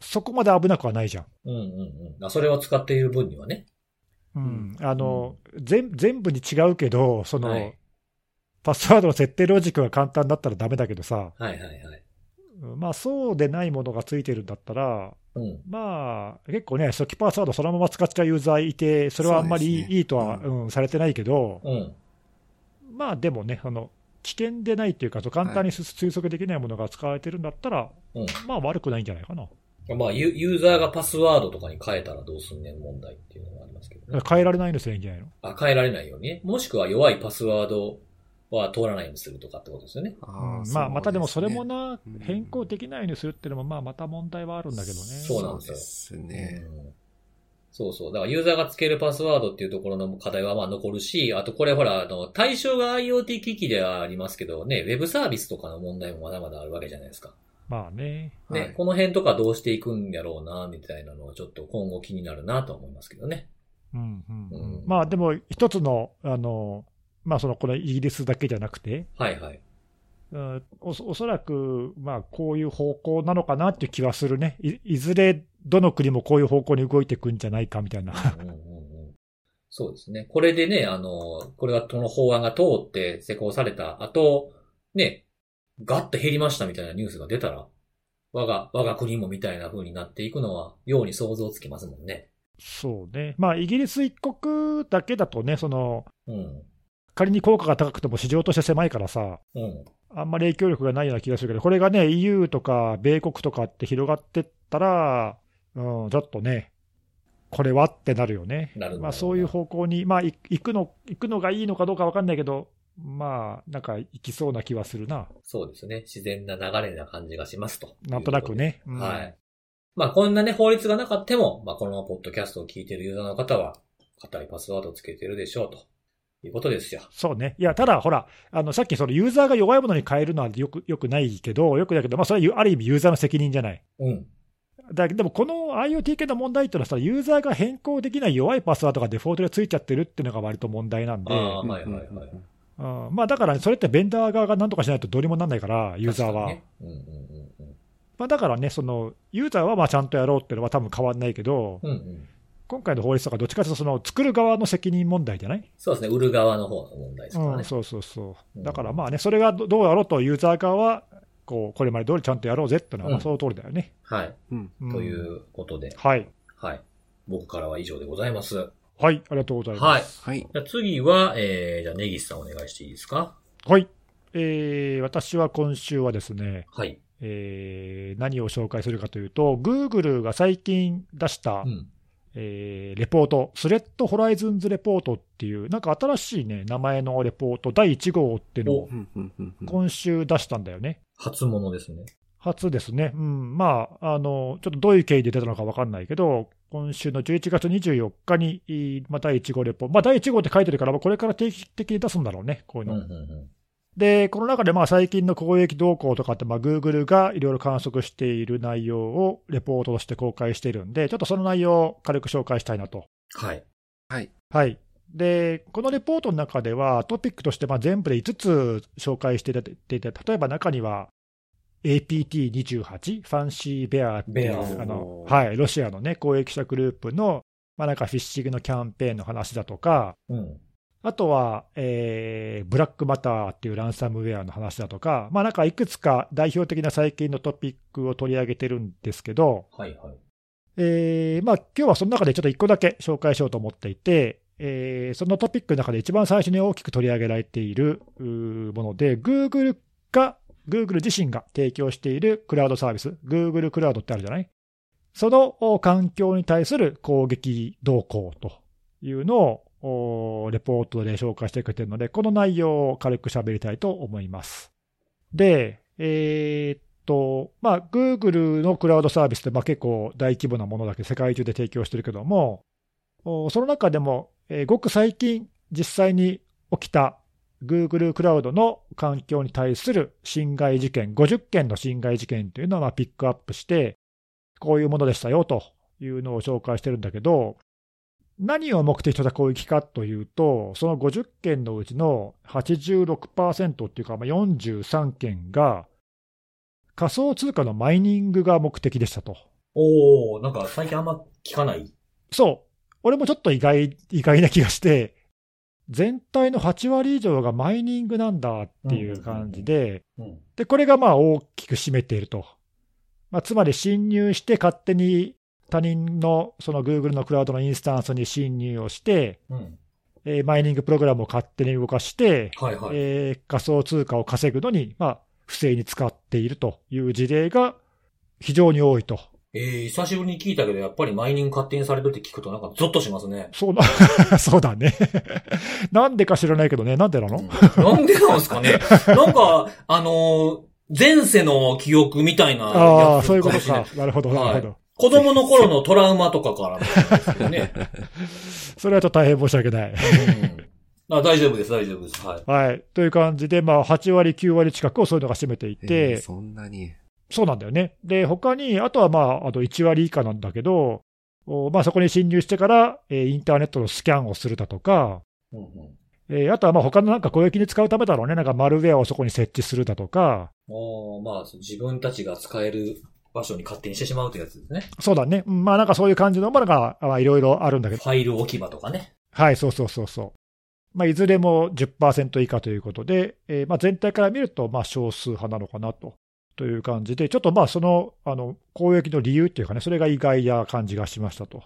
そこまで危なくはないじゃん。
うんうんうん。あ、それを使っている分にはね。
うん、あの、全全部に違うけど、その、
はい
パスワードの設定ロジックが簡単だったらダメだけどさ、
はいはいはい。
まあそうでないものがついてるんだったら、
うん。
まあ結構ね、初期パスワードそのまま使っちゃうユーザーいて、それはあんまりいい,、
そうですね
いいとは、
う
うんされてないけど、
うん。
まあでもね、その危険でないっていうか、そう簡単にす推測できないものが使われてるんだったら、
うん
まあ悪くないんじゃないかな。
まあユ、ユーザーがパスワードとかに変えたらどうすんねん問題っていうのもありますけどね。
変えられないのすればいいんじゃないの
あ、変えられないようにね。もしくは弱いパスワードは通らないようにするとかってことですよね。
あ
うん
ー
まあまたでもそれも、な
う、ですね
変更できないようにするっていうのも、まあまた問題はあるんだけどね。
そうなんです
そう
よ
ですね。
うんそうそう。だからユーザーがつけるパスワードっていうところの課題はまあ残るし、あとこれほら、あの、対象が IoT 機器ではありますけどね、ウェブサービスとかの問題もまだまだあるわけじゃないですか。
まあね。
ね、
はい
この辺とかどうしていくんやろうな、みたいなのはちょっと今後気になるなとは思いますけどね。
うんうんうん
うん
まあでも、一つの、あの、まあその、これイギリスだけじゃなくて、
はいはい。
うんおそおそらく、まあこういう方向なのかなっていう気はするね。いいずれ、どの国もこういう方向に動いていくんじゃないかみたいな。
うんうんうんうんそうですね。これでね、あの、これが、この法案が通って施行された後、ね、ガッと減りましたみたいなニュースが出たら、我が、我が国もみたいな風になっていくのは、ように想像つきますもんね。
そうね。まあイギリス一国だけだとね、その、
うん。
仮に効果が高くても市場として狭いからさ、
うん。
あんまり影響力がないような気がするけど、これがね、EU とか米国とかって広がってったら、うん、ちょっとね、これはってなるよね。
なるほど
まあ、そういう方向に、まあ、い行くの、行くのがいいのかどうかわかんないけど、まあ、なんか行きそうな気はするな。
そうですね。自然な流れな感じがしますと。
なんとなく。ね。うん
はい。まあ、こんなね、法律がなかっても、まあ、このポッドキャストを聞いてるユーザーの方は、固いパスワードをつけてるでしょう、ということですよ。
そうね。いや、ただ、ほら、あの、さっきそのユーザーが弱いものに変えるのはよく、よくないけど、よくだけど、まあ、それはある意味ユーザーの責任じゃない。
うん。
だでもこの IoT 系の問題っていうのはさ、ユーザーが変更できない弱いパスワードがデフォルトでついちゃってるっていうのが割と問題なんで、
あ
うん
はいはいはい
うんまあ、だからね、それってベンダー側がなんとかしないとどうにもなんないから、ユーザーは。
確かにねうんうんうんうん。
まあ、だからね、そのユーザーはまあちゃんとやろうっていうのは多分変わんないけど、
うんうん。
今回の法律とか、どっちかというとその作る側の責任問題じゃない、
そうですね、売る側の方の問題ですから
うん、
ね。
そうそうそう。
うん
だからまあね、それがどどうやろうとユーザー側は、こうこれまで通りちゃんとやろうぜっていうのは、ま
う
あ
ん
その通りだよね。
はい。
うん。
ん
ということで、
はい。
はい。僕からは以上でございます。は
はい、ありがとうござい
い。
ます。
じ
はい。
ゃあ次は、えー、じゃあネギスさんお願いしていいですか
はいえー私は今週はですね、
はい。
えー何を紹介するかというと、Google が最近出した、
うん。
えーレポート、スレッドホライズンズレポートっていう、なんか新しいね、名前のレポート、第1号っていうのを
お
うんうんうんうん
今週出したんだよね。
初物ですね。
初ですね。うん。まあ、あの、ちょっとどういう経緯で出たのかわかんないけど、今週の11月24日に、えーまあ、第1号レポート、まあ、第1号って書いてるから、まあこれから定期的に出すんだろうね、こういう
うんう
の。
んうん。
で、この中でまあ最近の公益動向とかって、まあ Google がいろいろ観測している内容をレポートとして公開しているんで、ちょっとその内容を軽く紹介したいなと
はい。
はい。
はい。で、このレポートの中では、トピックとしてまあ全部で5つ紹介していただいていて、例えば中には、APT28、ファンシーベアってい
ベア
うあの、はい、ロシアの、ね、公益者グループの、まあ、なんかフィッシングのキャンペーンの話だとか、
うん。
あとは、えーブラックマターっていうランサムウェアの話だとか、まあ、なんかいくつか代表的な最近のトピックを取り上げてるんですけど、
はいはい。
えーまあ、今日はその中でちょっと1個だけ紹介しようと思っていて、えーそのトピックの中で一番最初に大きく取り上げられているうーもので、Google が、Google 自身が提供しているクラウドサービス、Google クラウドってあるじゃないそのお環境に対する攻撃動向というのをおレポートで紹介してくれてるので、この内容を軽く喋りたいと思います。で、えーっと、まあ、Google のクラウドサービスって、まあ、結構大規模なものだけど世界中で提供してるけども、おその中でも、えーごく最近実際に起きた Google クラウドの環境に対する侵害事件、50件の侵害事件というのをまあピックアップして、こういうものでしたよというのを紹介してるんだけど、何を目的とした攻撃かというと、その50件のうちの86%っていうか、まあ、43件が、仮想通貨のマイニングが目的でしたと。
おー、なんか最近あんま聞かない。
そう。俺もちょっと意外、意外な気がして、全体の8割以上がマイニングなんだっていう感じで、
うん。
で、これがまあ大きく占めていると。まあ、つまり侵入して勝手に他人のその Google のクラウドのインスタンスに侵入をして、
うん。
えーマイニングプログラムを勝手に動かして、
はいはい。
えー仮想通貨を稼ぐのに、まあ、不正に使っているという事例が非常に多いと。
えー、久しぶりに聞いたけど、やっぱりマイニング勝手にされてるって聞くとなんかゾッとしますね。
そうだ、 そうだね。なんでか知らないけどね、なんでなの、
なんでなんですか ねなんか、あのー前世の記憶みたいな
あ
や
あ、
つ
そういうこと
もしれな
か。なるほど、なるほど。
子供の頃のトラウマとかからですよ ね。
それはちょっと大変申し訳な
う
い。
んあ大丈夫です、大丈夫です。はい。
はい。という感じで、まあ、8割、9割近くをそういうのが占めていて、
えーそんなに。
そうなんだよね。で、他に、あとはまあ、あと1割以下なんだけど、おまあ、そこに侵入してから、えーインターネットのスキャンをするだとか、
うんうん
えーあとはまあ他のなんか攻撃に使うためだろうね、なんかマルウェアをそこに設置するだとか、
おーまあ、自分たちが使える場所に勝手にしてしまうというやつですね。
そうだね、うんまあなんかそういう感じのものがまあいろいろあるんだけ
フ
ど、
ァイル置き場とかね。
はい、そうそうそうそう。まあ、いずれも10%以下ということで、えーまあ、全体から見ると、まあ、少数派なのかなと。という感じで、ちょっとまあそのあの攻撃の理由っていうかね、それが意外な感じがしましたと。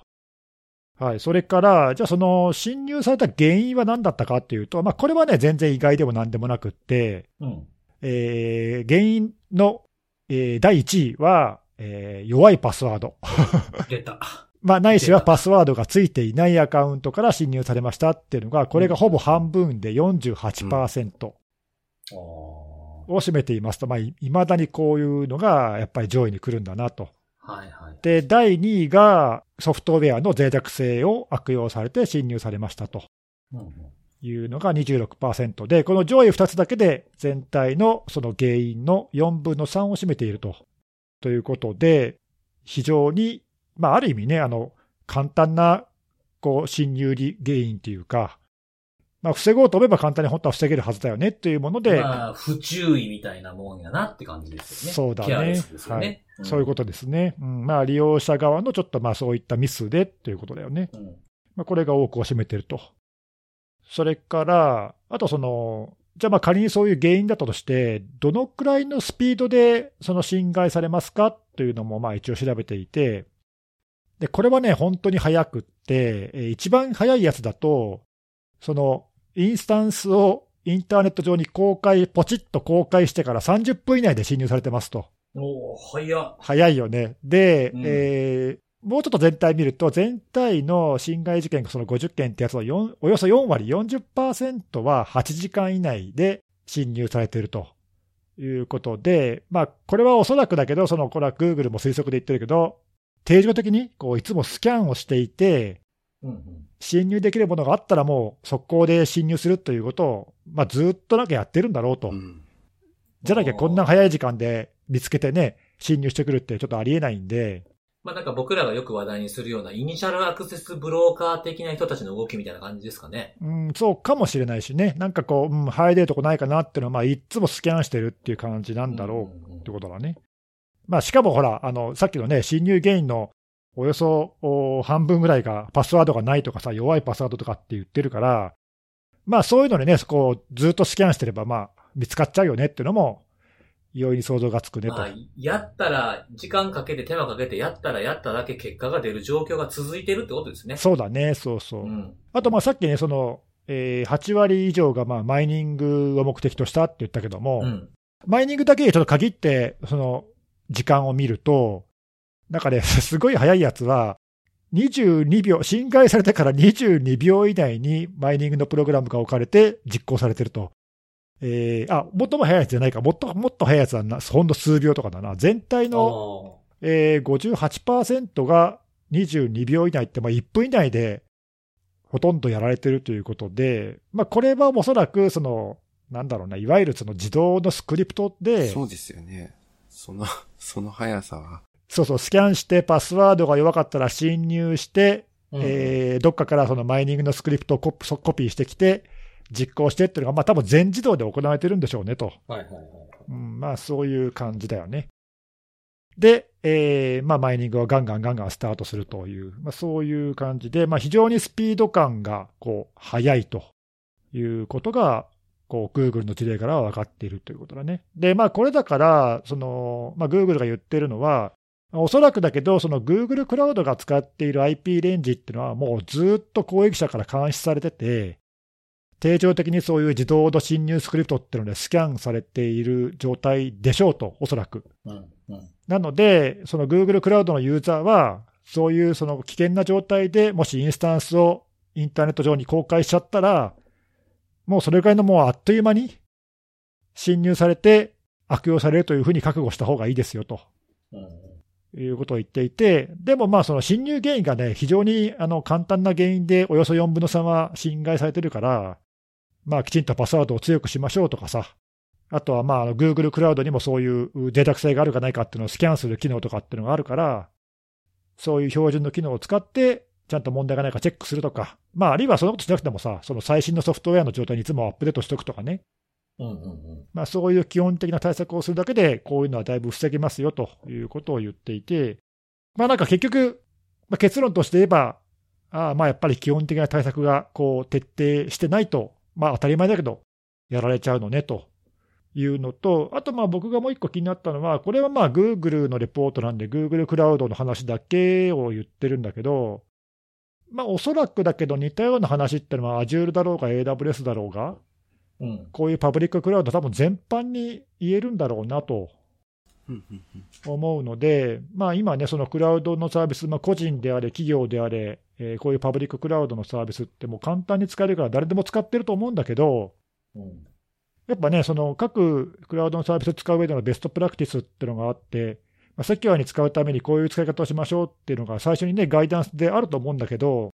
はい、それから、じゃあ、その侵入された原因は何だったかっていうと、まあ、これはね、全然意外でも何でもなくって、
うん。
えー原因の、えー第1位は、えー弱いパスワード。
出た。
ま あ、ないしはパスワードがついていないアカウントから侵入されましたっていうのが、これがほぼ半分で48%を
あー
占めていますと、まあ、いまだにこういうのがやっぱり上位に来るんだなと。
はいはい。
で、第2位がソフトウェアの脆弱性を悪用されて侵入されましたと
うんうん
いうのが26%で、この上位2つだけで全体のその原因の4分の3を占めていると。ということで、非常に、まあ、ある意味ね、あの、簡単な、こう、侵入原因というか、まあ、防ごうと思えば簡単に本当は防げるはずだよねっていうもので、
まあ、不注意みたいなもんやなって感じですよね。
そうだね
ケアレスですよ
は
ね。ん
そういうことですね。うん、まあ、利用者側のちょっと、まあ、そういったミスでということだよね。
うん
まあ、これが多くを占めてると。それから、あとその、じゃあまあ仮にそういう原因だったとして、どのくらいのスピードでその侵害されますかというのもまあ一応調べていて、で、これはね、本当に早くって、えー一番早いやつだと、その、インスタンスをインターネット上に公開、ポチッと公開してから30分以内で侵入されてますと。
おー、早っ。
早いよね。で、
うん
えーもうちょっと全体見ると、全体の侵害事件がその50件ってやつの4およそ4割、40%は8時間以内で侵入されているということで、まあ、これはおそらくだけど、その、これは Google も推測で言ってるけど、定常的にこういつもスキャンをしていて、
うんうん
侵入できるものがあったらもう速攻で侵入するということを、まあ、ずっとなんかやってるんだろうと。
うん。
じゃなきゃこんな早い時間で見つけてね、侵入してくるってちょっとありえないんで、
まあなんか僕らがよく話題にするようなイニシャルアクセスブローカー的な人たちの動きみたいな感じですかね。
うん、そうかもしれないしね、なんかこう、うん、入れるとこないかなっていうのは、まあ、いっつもスキャンしてるっていう感じなんだろ
うん
うってことだね。まあ、しかもほら、あのさっきのね、侵入ゲインのおよそお半分ぐらいがパスワードがないとかさ、弱いパスワードとかって言ってるから、まあ、そういうのにね、そこをずっとスキャンしてれば、まあ、見つかっちゃうよねっていうのも、容易に想像がつくねと。
まあ、やったら、時間かけて手間かけてやったらやっただけ結果が出る状況が続いてるってことですね。
そうだね、そうそう。
うん。
あとまあさっきね、その、えー8割以上がまあマイニングを目的としたって言ったけども、
うん。
マイニングだけちょっと限って、その、時間を見ると、なんかね、 すごい早いやつは、22秒、侵害されてから22秒以内にマイニングのプログラムが置かれて実行されてると。えー、あ、最も早いやつじゃないか、もっと、もっと早いやつはな、ほんの数秒とかだな。全体の
の、
えー、58%が22秒以内って、まあ、1分以内でほとんどやられてるということで、まあ、これはおそらくその、なんだろうな、いわゆるその自動のスクリプトで、
そうですよね。その、 その速さは。
そうそう、スキャンして、パスワードが弱かったら侵入して、
うん
えーどっかからそのマイニングのスクリプトをコピコピーしてきて、実行してっていうのが、まあ、多分全自動で行われてるんでしょうねと。
はいはいはい。
うん、まあそういう感じだよね。で、えーまあ、マイニングはガンガンガンガンスタートするという、まあ、そういう感じで、まあ、非常にスピード感がこう速いということが、こう Google の事例からは分かっているということだね。で、まあ、これだから、そのまあ、Google が言ってるのは、おそらくだけど、その Google クラウドが使っている IP レンジっていうのは、もうずっと攻撃者から監視されてて、定常的にそういう自動度侵入スクリプトっていうのでスキャンされている状態でしょうと、おそらく。
うん。うん。
なので、その Google クラウドのユーザーは、そういうその危険な状態でもしインスタンスをインターネット上に公開しちゃったら、もうそれぐらいのもうあっという間に侵入されて悪用されるというふうに覚悟した方がいいですよと
うん。
いうことを言っていて、でもまあその侵入原因がね、非常にあの簡単な原因でおよそ4分の3は侵害されてるから、まあきちんとパスワードを強くしましょうとかさ、あとはまああの Google クラウドにもそういう脆弱性があるかないかっていうのをスキャンする機能とかっていうのがあるから、そういう標準の機能を使って、ちゃんと問題がないかチェックするとか、まああるいはそんなことしなくてもさ、その最新のソフトウェアの状態にいつもアップデートしておくとかね、
うんうん
まあ、そういう基本的な対策をするだけで、こういうのはだいぶ防げますよということを言っていて、まあ、なんか結局、まあ、結論として言えば、ああまあやっぱり基本的な対策がこう徹底してないと、まあ、当たり前だけど、やられちゃうのねというのと、あとまあ僕がもう一個気になったのは、これはまあ Google のレポートなんで、Google クラウドの話だけを言ってるんだけど、まあ、おそらくだけど、似たような話ってのは、Azure だろうが AWS だろうが、
うん。うん。
こういうパブリッククラウド、多分全般に言えるんだろうなと
うんうんうん
思うので、まあ、今ね、そのクラウドのサービス、まあ、個人であれ、企業であれ、えーこういうパブリッククラウドのサービスって、もう簡単に使えるから、誰でも使ってると思うんだけど、
うん。
やっぱね、その各クラウドのサービスを使う上でのベストプラクティスっていうのがあって、まあ、セキュアに使うためにこういう使い方をしましょうっていうのが最初にね、ガイダンスであると思うんだけど、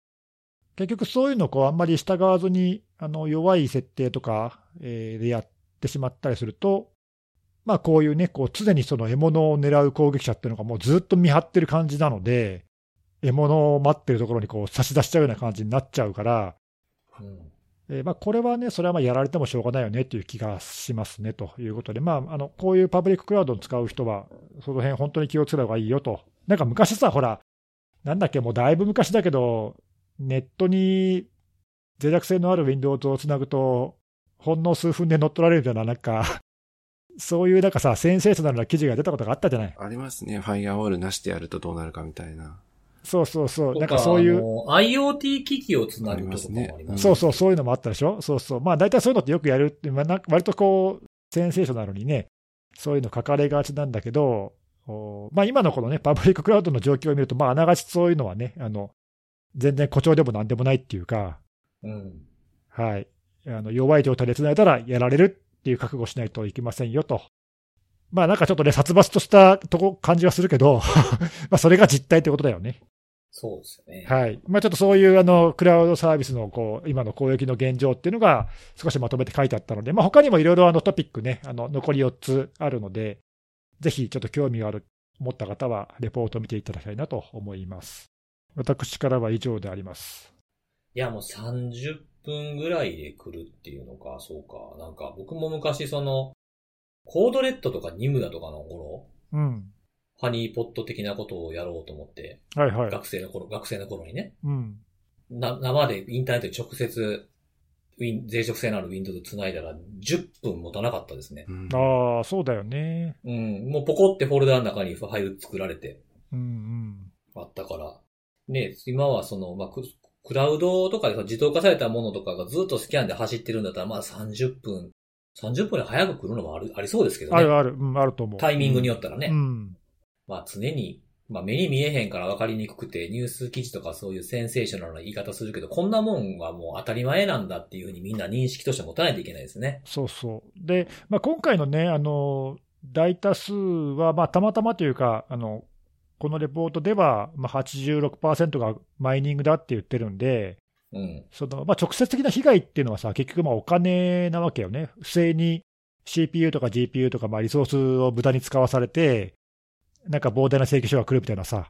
結局そういうのをこうあんまり従わずに、あの弱い設定とか、えーでやってしまったりすると、まあこういうね、こう常にその獲物を狙う攻撃者っていうのがもうずっと見張ってる感じなので、獲物を待ってるところにこう差し出しちゃうような感じになっちゃうから、
うん。
えーまあ、これはね、それはまあやられてもしょうがないよねという気がしますねということで、まあ、あのこういうパブリッククラウドを使う人は、その辺本当に気をつけた方がいいよと、なんか昔さ、ほら、なんだっけ、もうだいぶ昔だけど、ネットに脆弱性のある Windows をつなぐと、ほんの数分で乗っ取られるみたいな、なんか、そういうなんかさ、センセーショナルな記事が出たことがあったじゃない。
ありますね。ファイアウォールなしでやるとどうなるかみたいな。
そうそうそう、なんかそういう。
とかあの IoT 機器をつなぐとかもありますね。
そうそう、そういうのもあったでしょ、そうそう、まあ大体そういうのってよくやるって、まあ、なんか割とこう、センセーショナルにね、そういうの書かれがちなんだけど、おまあ、今のこのね、パブリッククラウドの状況を見ると、まあ、あながちそういうのはね、あの全然誇張でもなんでもないっていうか、
うん。
はい、あの弱い状態でつないだらやられるっていう覚悟しないといけませんよと。まあなんかちょっとね、殺伐としたとこ感じはするけど、 まあそれが実態ってことだよね。
そうですよね。
はい。まあちょっとそういうあの、クラウドサービスのこう、今の攻撃の現状っていうのが少しまとめて書いてあったので、まあ他にもいろいろあのトピックね、あの、残り4つあるので、ぜひちょっと興味がある思った方は、レポートを見ていただきたいなと思います。私からは以上であります。
いや、もう30分ぐらいで来るっていうのか、そうか。なんか僕も昔その、コードレッドとかニムだとかの頃、
うん。
ハニーポット的なことをやろうと思って、
はいはい。
学生の頃、学生の頃にね、
うん。
な、生でインターネットに直接、ウィン、脆弱性のある Windows 繋いだら10分持たなかったですね。
うん
ああ、そうだよね。
うん、もうポコってフォルダの中にファイル作られて
うん
あったから。ね、今はその、まあ、ククラウドとかでさ自動化されたものとかがずっとスキャンで走ってるんだったら、まあ30分、30分で早く来るのもある、ありそうですけ
う
ど
ん。ある
ね。
ある。うん、あると思う。
タイミングによったらね。
うん。
まあ常に、まあ目に見えへんから分かりにくくて、ニュース記事とかそういうセンセーショナルな言い方するけど、こんなもんはもう当たり前なんだっていうふうにみんな認識として持たないといけないですね。
そうそう。で、まあ、今回のね、あの、大多数は、まあ、たまたまというか、あの、このレポートでは、まあ、86%がマイニングだって言ってるんで、
うん。
その、まあ、直接的な被害っていうのはさ、結局、まあ、お金なわけよね。不正に CPU とか GPU とか、まあ、リソースを無駄に使わされて、なんか膨大な請求書が来るみたいなさ、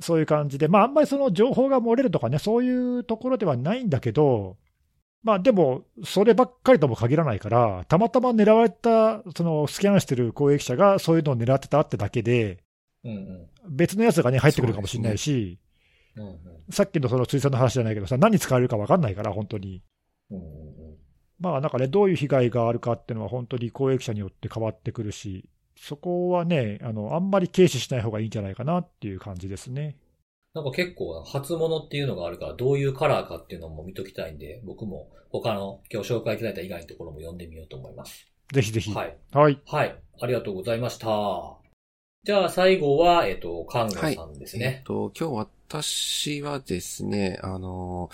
そういう感じで、まあ、あんまりその情報が漏れるとかね、そういうところではないんだけど、まあ、でも、そればっかりとも限らないから、たまたま狙われた、その、スキャンしてる攻撃者がそういうのを狙ってたってだけで、
うんうん。
別のやつがね、入ってくるかもしれないし、
うん
さっきのその辻さんの話じゃないけどさ、何使われるか分かんないから、本当に。
うん。うんうんうん。
まあなんかね、どういう被害があるかっていうのは、本当に公益者によって変わってくるし、そこはね、あのあんまり軽視しない方がいいんじゃないかなっていう感じですね。
なんか結構、初物っていうのがあるから、どういうカラーかっていうのも見ときたいんで、僕も他の今日紹介いただいた以外のところも読んでみようと思います。
ぜひぜひ。。
はいい。
はい。
はい。ありがとうございました。じゃあ最後は、えっと、カンガさんです
えっ
ね。
と、今日私はですね、あの、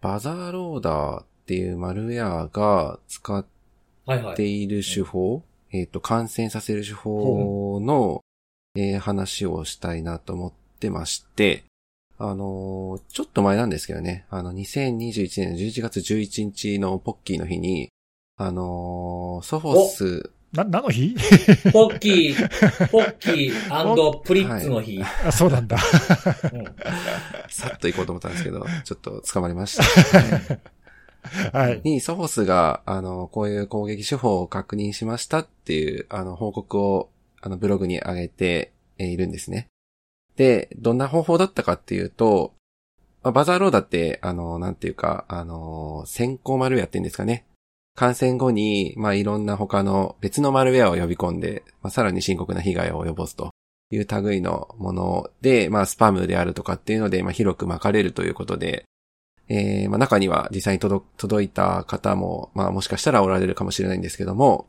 バザーローダーっていうマルウェアが使っ
はいはい
て。いる手法、えっと、感染させる手法の、えー話をしたいなと思ってまして、あの、ちょっと前なんですけどね、あの、2021年の11月11日のポッキーの日に、あの、ソフォス、
な、何の日
ポッキー、ポッキープリッツの日。
あそうなんだ。
うん
さっと行こうと思ったんですけど、ちょっと捕まりました。
はい。
に、ソフォスが、あの、こういう攻撃手法を確認しましたっていう、あの、報告を、あの、ブログに上げてえーいるんですね。で、どんな方法だったかっていうと、まあバザーローダって、あの、なんていうか、あの、先行マルウェアって言うんですかね。感染後に、まあ、いろんな他の別のマルウェアを呼び込んで、まあ、さらに深刻な被害を及ぼすという類のもので、まあ、スパムであるとかっていうので、まあ、広く巻かれるということで、えーまあ、中には実際に届届いた方も、まあ、もしかしたらおられるかもしれないんですけども、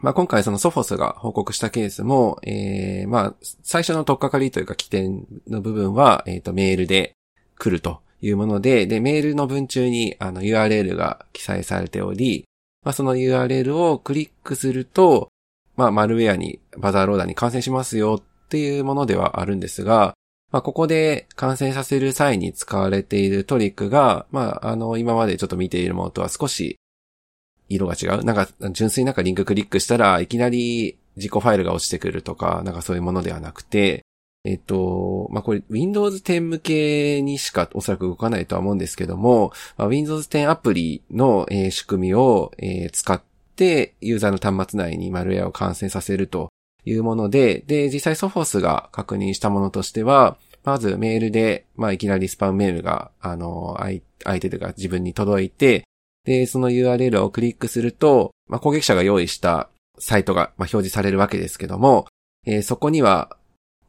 まあ、今回そのソフォスが報告したケースも、えーまあ、最初の取っかかりというか起点の部分は、えっ、と、メールで来るというもので、で、メールの文中にあの URL が記載されており、まあ、その URL をクリックすると、まあ、マルウェアに、バザーローダーに感染しますよっていうものではあるんですが、まあ、ここで感染させる際に使われているトリックが、まあ、あの、今までちょっと見ているものとは少し色が違う。なんか、純粋になんかリンククリックしたらいきなり自己ファイルが落ちてくるとか、なんかそういうものではなくて、えっと、まあ、これ Windows 10向けにしかおそらく動かないとは思うんですけども、まあ Windows 10アプリの、えー仕組みを、えー使ってユーザーの端末内にマルウェアを感染させるというもので、で、実際ソフォスが確認したものとしては、まずメールで、まあ、いきなりスパムメールが、あの、相相手というか自分に届いて、で、その URL をクリックすると、まあ、攻撃者が用意したサイトが、まあ、表示されるわけですけども、えーそこには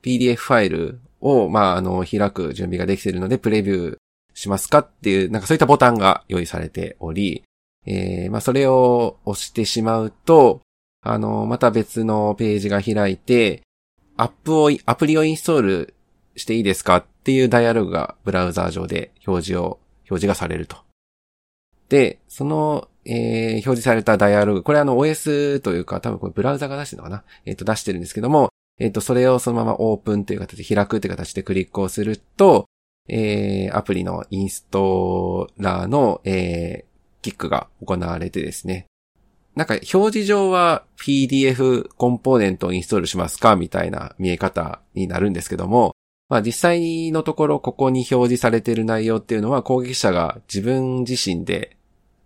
PDF ファイルを、まあ、あの、開く準備ができているので、プレビューしますかっていう、なんかそういったボタンが用意されており、えーまあ、それを押してしまうと、あの、また別のページが開いて、アップを、アプリをインストールしていいですかっていうダイアログがブラウザー上で表示を、表示がされると。で、その、えー表示されたダイアログ、これあの OS というか、多分これブラウザが出してるのかなえっ、と、出してるんですけども、えっ、と、それをそのままオープンという形で開くという形でクリックをすると、えーアプリのインストーラーの、えーキックが行われてですね。なんか表示上は PDF コンポーネントをインストールしますかみたいな見え方になるんですけども、まあ実際のところここに表示されている内容っていうのは攻撃者が自分自身で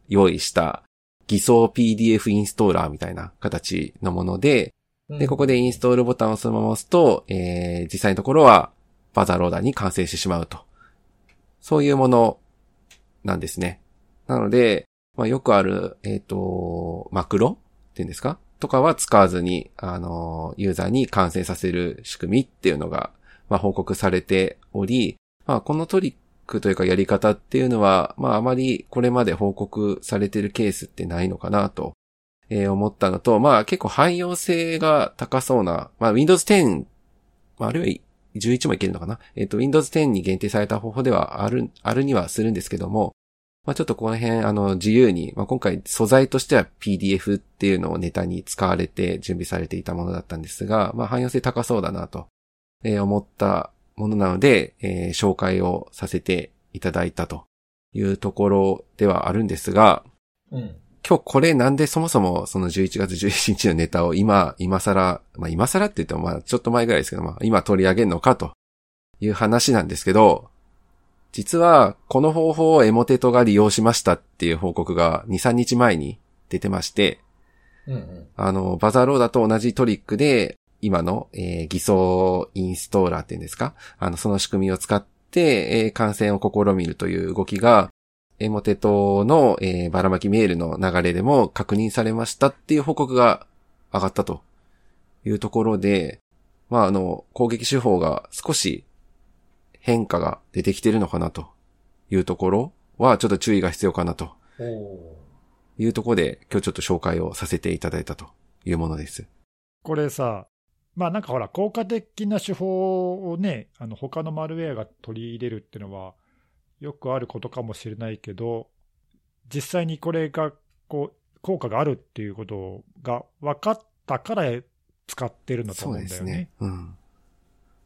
用意した偽装 PDF インストーラーみたいな形のもので、で、ここでインストールボタンをそのまま押すと、えー、実際のところはバザーローダーに完成してしまうと。そういうものなんですね。なので、まあ、よくある、えっ、と、マクロっていうんですかとかは使わずに、あの、ユーザーに完成させる仕組みっていうのが、まあ、報告されており、まあ、このトリックというかやり方っていうのは、まあ、あまりこれまで報告されてるケースってないのかなと、えー思ったのと、まあ、結構汎用性が高そうな、まあ、Windows 10、まあ、あるいは11もいけるのかなえっ、と、Windows 10に限定された方法ではある、あるにはするんですけども、まあ、ちょっとこの辺、あの、自由に、まあ、今回素材としては PDF っていうのをネタに使われて準備されていたものだったんですが、まあ、汎用性高そうだなと、えー思ったものなので、えー紹介をさせていただいたというところではあるんですが、
うん。
今日これなんでそもそもその11月11日のネタを今、今更、まあ今更って言ってもまあちょっと前ぐらいですけど、まあ今取り上げるのかという話なんですけど、実はこの方法をエモテトが利用しましたっていう報告が2、3日前に出てまして、
うんうん。
あの、バザーローダと同じトリックで、今の、えー偽装インストーラーっていうんですかあの、その仕組みを使って、えー感染を試みるという動きが、エモテトの、えーばらまきメールの流れでも確認されましたっていう報告が上がったというところで、まあ、あの、攻撃手法が少し変化が出てきてるのかなというところは、ちょっと注意が必要かなと
お
いうところで、今日ちょっと紹介をさせていただいたというものです。
これさ、まあなんかほら、効果的な手法をね、あの他のマルウェアが取り入れるっていうのは、よくあることかもしれないけど、実際にこれがこう効果があるっていうことが分かったから使ってるんだと
そう
思う
で
んだ
す
よね。。
うん。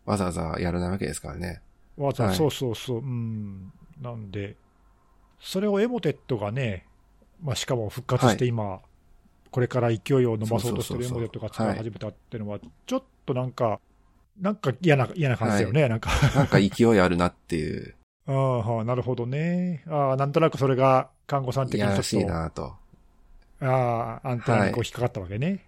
わざわざやらないわけですからね。
わざわざ
はい
そうそうそう、うん、なんで、それをエモテットがね、まあ、しかも復活して今、これから勢いを飲まそうとしてるエ
そうそうそうそう
モテットが使い始めたっていうのは、ちょっとなんか、なんか嫌な嫌な感じだよね、なんか、
なんか勢いあるなっていう、
ああはあ、なるほどね、ああなんとなくそれが看護さん
い
的
や
に
ら
ち
し
ょ
い
っと、あ
なと。
あアンテナにこう引っかかったわけね。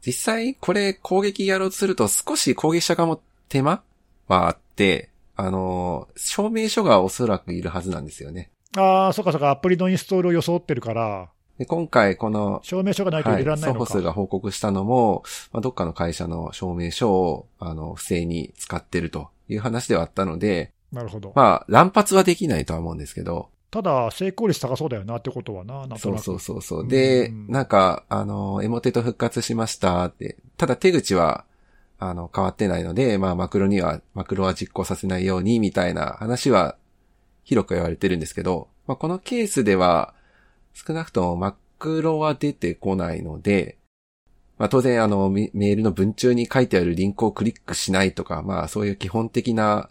実際、これ攻撃やろうとすると少し攻撃者側も手間はあって、あの、証明書がおそらくいるはずなんですよね。
ああ、そうかそうか、アプリのインストールを装ってるから、
で今回、この、
証明書がないと入
は
れ
い、
られない
ソ
の
ホ
か。
スが報告したのも、まあ、どっかの会社の証明書を、あの、不正に使ってるという話ではあったので、
なるほど。
まあ、乱発はできないとは思うんですけど、
ただ、成功率高そうだよなってことはな、なんとなく。
そうそうそうそうう。
ん
で、なんか、あの、エモテと復活しましたって。ただ手口は、あの、変わってないので、まあ、マクロには、マクロは実行させないように、みたいな話は、広く言われてるんですけど、まあ、このケースでは、少なくともマクロは出てこないので、まあ、当然、あの、メメールの文中に書いてあるリンクをクリックしないとか、まあ、そういう基本的な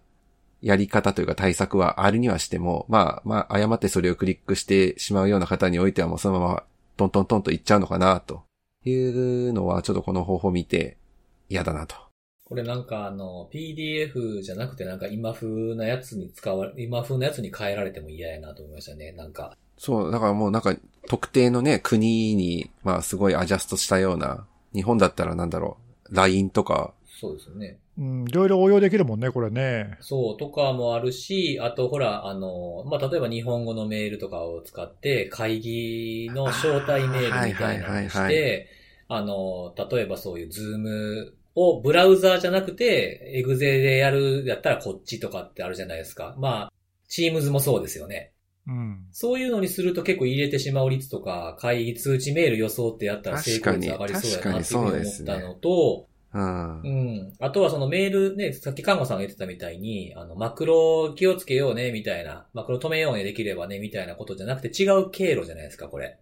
やり方というか対策はあるにはしても、まあ、まあ、誤ってそれをクリックしてしまうような方においてはもうそのままトントントンといっちゃうのかな、というのはちょっとこの方法見て嫌だなと。
これなんかあの、PDF じゃなくてなんか今風なやつに使わ、今風なやつに変えられても嫌やなと思いましたね。なんか、
そう、だからもうなんか特定のね、国に、まあすごいアジャストしたような、日本だったらなんだろう、LINE とか、
そうですよね。
うん、いろいろ応用できるもんね、これね。
そう、とかもあるし、あとほら、あの、まあ、例えば日本語のメールとかを使って、会議の招待メールみたいなのに
あー
し
はいはいはい
て、あの、例えばそういうズームをブラウザーじゃなくて、エグゼでやる、やったらこっちとかってあるじゃないですか。まあ、チームズもそうですよね。
うん。
そういうのにすると結構入れてしまう率とか、会議通知メール予想ってやったら成功率上がりそうやなっていうふうに思ったのと、
うん
う。ん。あとはそのメールね、さっき看護さんが言ってたみたいに、あの、マクロ気をつけようね、みたいな、マクロ止めようね、できればね、みたいなことじゃなくて違う経路じゃないですか、これ。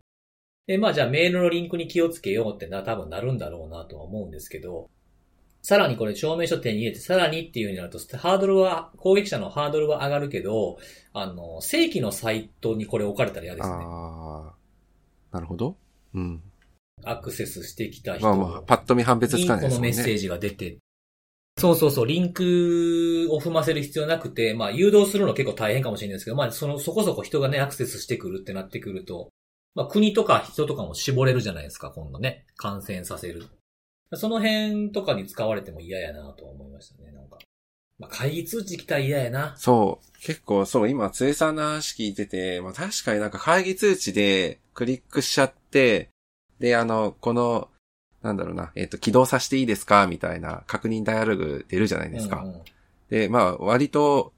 で、まあじゃあメールのリンクに気をつけようってな、多分なるんだろうなとは思うんですけど、さらにこれ証明書手に入れて、さらにっていうようになると、ハードルは、攻撃者のハードルは上がるけど、あの、正規のサイトにこれ置かれたら嫌ですね。
ああ、なるほど。うん。
アクセスしてきた人
まあまあ、パッと見判別つ
に
か
こ
ないです
の
も
メ
ん
ッ
ね。
セージが出て、そうそうそう、リンクを踏ませる必要なくて、まあ誘導するの結構大変かもしれないですけど、まあその、そこそこ人がね、アクセスしてくるってなってくると、まあ国とか人とかも絞れるじゃないですか、今度ね。感染させる。その辺とかに使われても嫌やなと思いましたね、なんか。まあ会議通知来たら嫌やな。
そう。結構そう、今、つえさんの話聞いてて、まあ確かになんか会議通知でクリックしちゃって、で、あの、この、なんだろうな、えっ、と、起動させていいですかみたいな確認ダイアログ出るじゃないですか。
うんうん
で、まあ、割と、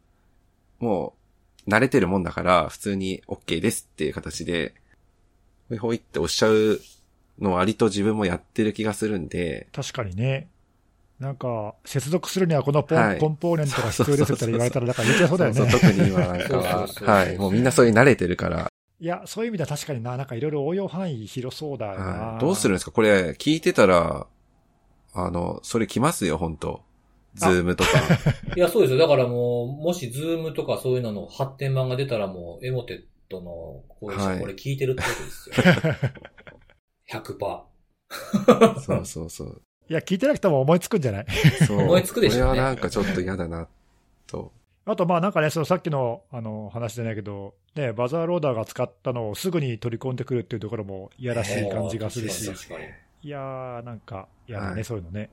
もう、慣れてるもんだから、普通に OK ですっていう形で、ほいほいって押しちゃうのは割と自分もやってる気がするんで、
確かにね。なんか、接続するにはこのポン、
はい
コンポーネントが必要ですみたいな言われたら、なんか言っちゃいそうだよね。
そうそう特に今なんか
そう
は
そう、そう
はい、もうみんなそれに慣れてるから、
いや、そういう意味では確かにな、なんかいろいろ応用範囲広そうだよ
は
な。
い、どうするんですかこれ、聞いてたら、あの、それ来ますよ、本当ズ
あ
ー ムとか。
いや、そうですよ。だからもう、もしズームとかそういうのの発展版が出たらもう、エモテットのこういう
はい
これ聞いてるってことですよ。100%。
そうそうそう。
いや、聞いてなくても思いつくんじゃない
そう
思いつくでしょうね
これはなんかちょっと嫌だな、と。
あと、まあなんかね、そのさっきのあの話じゃないけど、ね、バザーローダーが使ったのをすぐに取り込んでくるっていうところもいやらしい感じがするし
あー、確かに確かに
いやー、なんか、やだね、
はい
そういうのね。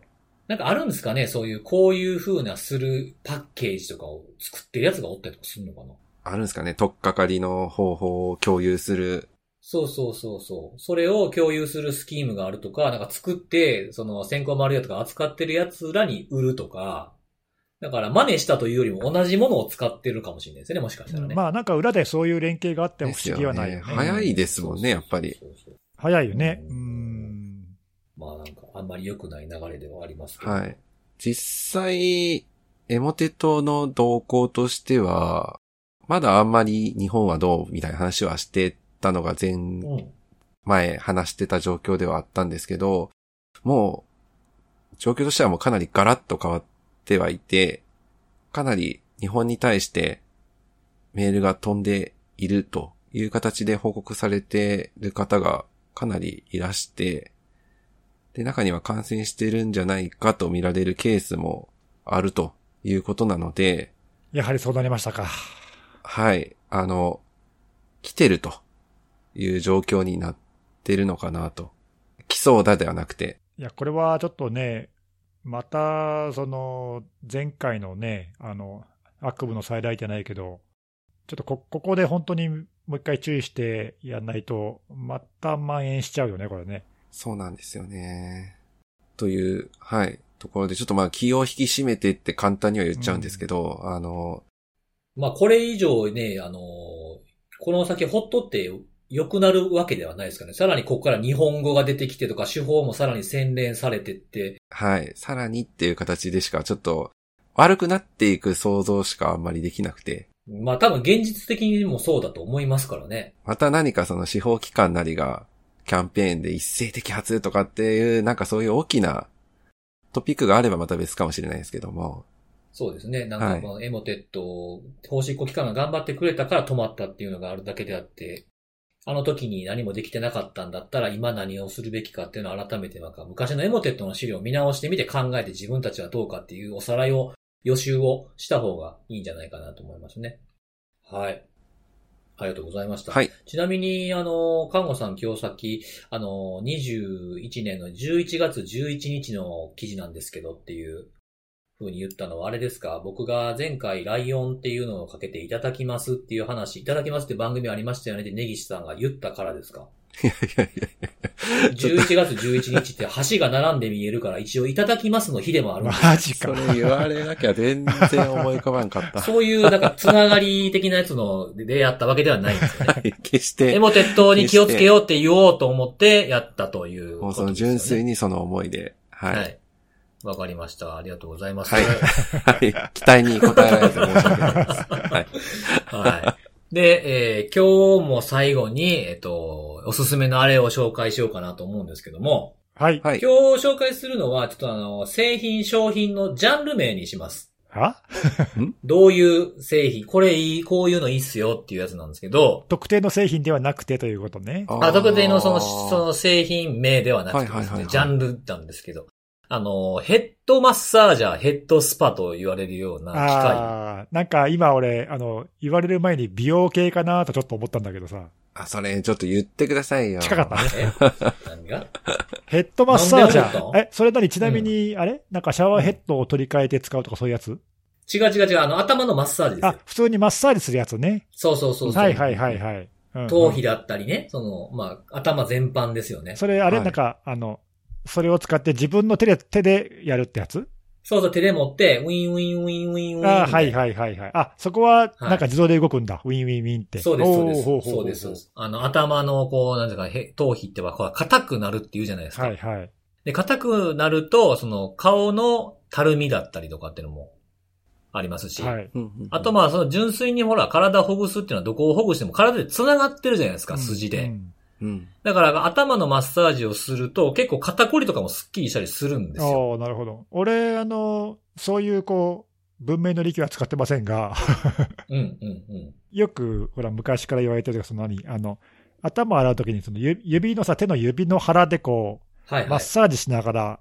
なんかあるんですかねそういう、こういう風なするパッケージとかを作ってるやつがおったりとかするのかな
あるんですかね、とっかかりの方法を共有する
そうそうそうそう。それを共有するスキームがあるとか、なんか作って、その先行丸やとか扱ってるやつらに売るとか、だから真似したというよりも同じものを使ってるかもしれないですね、もしかしたらね。
まあなんか裏でそういう連携があっても不思議はないよね。
ですよね早いですもんねやっぱり
そうそうそう
早いよね。う
うん
ん。
まあなんか、あんまり良くない流れではありますけど。
はい。実際、エモテ島の動向としては、まだあんまり日本はどうみたいな話はしてたのが前、
うん。
前話してた状況ではあったんですけど、もう、状況としてはもうかなりガラッと変わってはいて、かなり日本に対してメールが飛んでいるという形で報告されている方がかなりいらして、で、中には感染してるんじゃないかと見られるケースもあるということなので、
やはりそうなりましたか。
はい、あの、来てるという状況になってるのかなと。来そうだではなくて、
いや、これはちょっとね、また、その、前回のね、あの、悪夢の再来じゃないけど、ちょっとこ、ここで本当にもう一回注意してやんないと、また蔓延しちゃうよね、これね。
そうなんですよね。という、はい、ところで、ちょっとまあ気を引き締めてって簡単には言っちゃうんですけど、あの、
まあこれ以上ね、あのーこの先ほっとって良くなるわけではないですかね。さらにここから日本語が出てきてとか、手法もさらに洗練されてって、
はい、さらにっていう形でしかちょっと悪くなっていく想像しかあんまりできなくて、
まあ多分現実的にもそうだと思いますからね。
また何かその司法機関なりがキャンペーンで一斉摘発とかっていう、なんかそういう大きなトピックがあればまた別かもしれないですけども、
そうですね。なん
は
か
い
このエモテット、法執行機関が頑張ってくれたから止まったっていうのがあるだけであって、あの時に何もできてなかったんだったら今何をするべきかっていうのを改めてなんか昔のエモテットの資料を見直してみて考えて自分たちはどうかっていうおさらいを、予習をした方がいいんじゃないかなと思いますね。はい。ありがとうございました。
はい、
ちなみに、あの、看護さん今日さっき、あの、21年の11月11日の記事なんですけどっていう風に言ったのはあれですか僕が前回ライオンっていうのをかけていただきますっていう話、いただきますって番組ありましたよねって根岸さんが言ったからですか
いやいやいやいやちょっと
11月11日って橋が並んで見えるから一応いただきますの日でもあるんです
マジか
そ。れ 言われなきゃ全然思い浮かばんかった。
そういうなんかつながり的なやつのでやったわけではないんですよね。
はい決して
エ、モテットに気をつけようって言おうと思ってやったという
も
こ
うそ
と
の
ですよね。
純粋にその思いで、はい。
はい。わかりました。ありがとうございます。
は
はいい。
はい。期待に応えられて申し訳ないです。はい。
で、えー今日も最後に、えっ、と、おすすめのあれを紹介しようかなと思うんですけども、
はい。
はい。
今日紹介するのは、ちょっとあの、製品、商品のジャンル名にします。
あ
どういう製品、これいい、こういうのいいっすよっていうやつなんですけど、
特定の製品ではなくてということね。
あ
あ
ー
特定のその、その製品名ではなくて
は
で
い
す
は
ね、
いはいはい
ジャンルなんですけど、あの、ヘッドマッサージャー、ヘッドスパと言われるような機械。
ああ、なんか今俺、あの、言われる前に美容系かなとちょっと思ったんだけどさ。
あ、それ、ちょっと言ってくださいよ。
近かったね。
え何が
ヘッドマッサージ
なんで
ャ
思っ
ー。
た
え、それなりちなみに、あれなんかシャワーヘッドを取り替えて使うとかそういうやつ
違う違う違う、あの、頭のマッサージですよ
あ、。普通にマッサージするやつね。
そうそうそうそう。
はいはいはいはい。うん
頭皮だったりね、その、まあ、頭全般ですよね。
それ、あれ、
はい
なんか、あの、それを使って自分の手で、手でやるってやつ
そうそう、手で持って、ウィンウィンウィンウィンウィンみたいな。
あはいはいはいはい。あ、そこは、なんか自動で動くんだ。ウィンウィンウィンって。
そうです、そうで
おー
す。
ほほほ
そうです、そうです。あの、頭の、こう、なんていうか、へ頭皮ってば、こう硬くなるって言うじゃないですか。
はいはい。
で、硬くなると、その、顔のたるみだったりとかっていうのもありますし。
はい。
うんうんうん
あと、まあ、その、純粋にほら、体をほぐすっていうのは、どこをほぐしても体で繋がってるじゃないですか、筋で。
うん
うん。
だから、頭のマッサージをすると、結構肩こりとかもスッキリしたりするんですよ。
おーなるほど。俺、あの、そういう、こう、文明の利器は使ってませんが、
うん、うん、うん。
よく、ほら、昔から言われてるその何あの、頭洗うときに、そのゆ指のさ、手の指の腹でこ
は
う、
い、
マ
は
ッ
い。
サージしながら、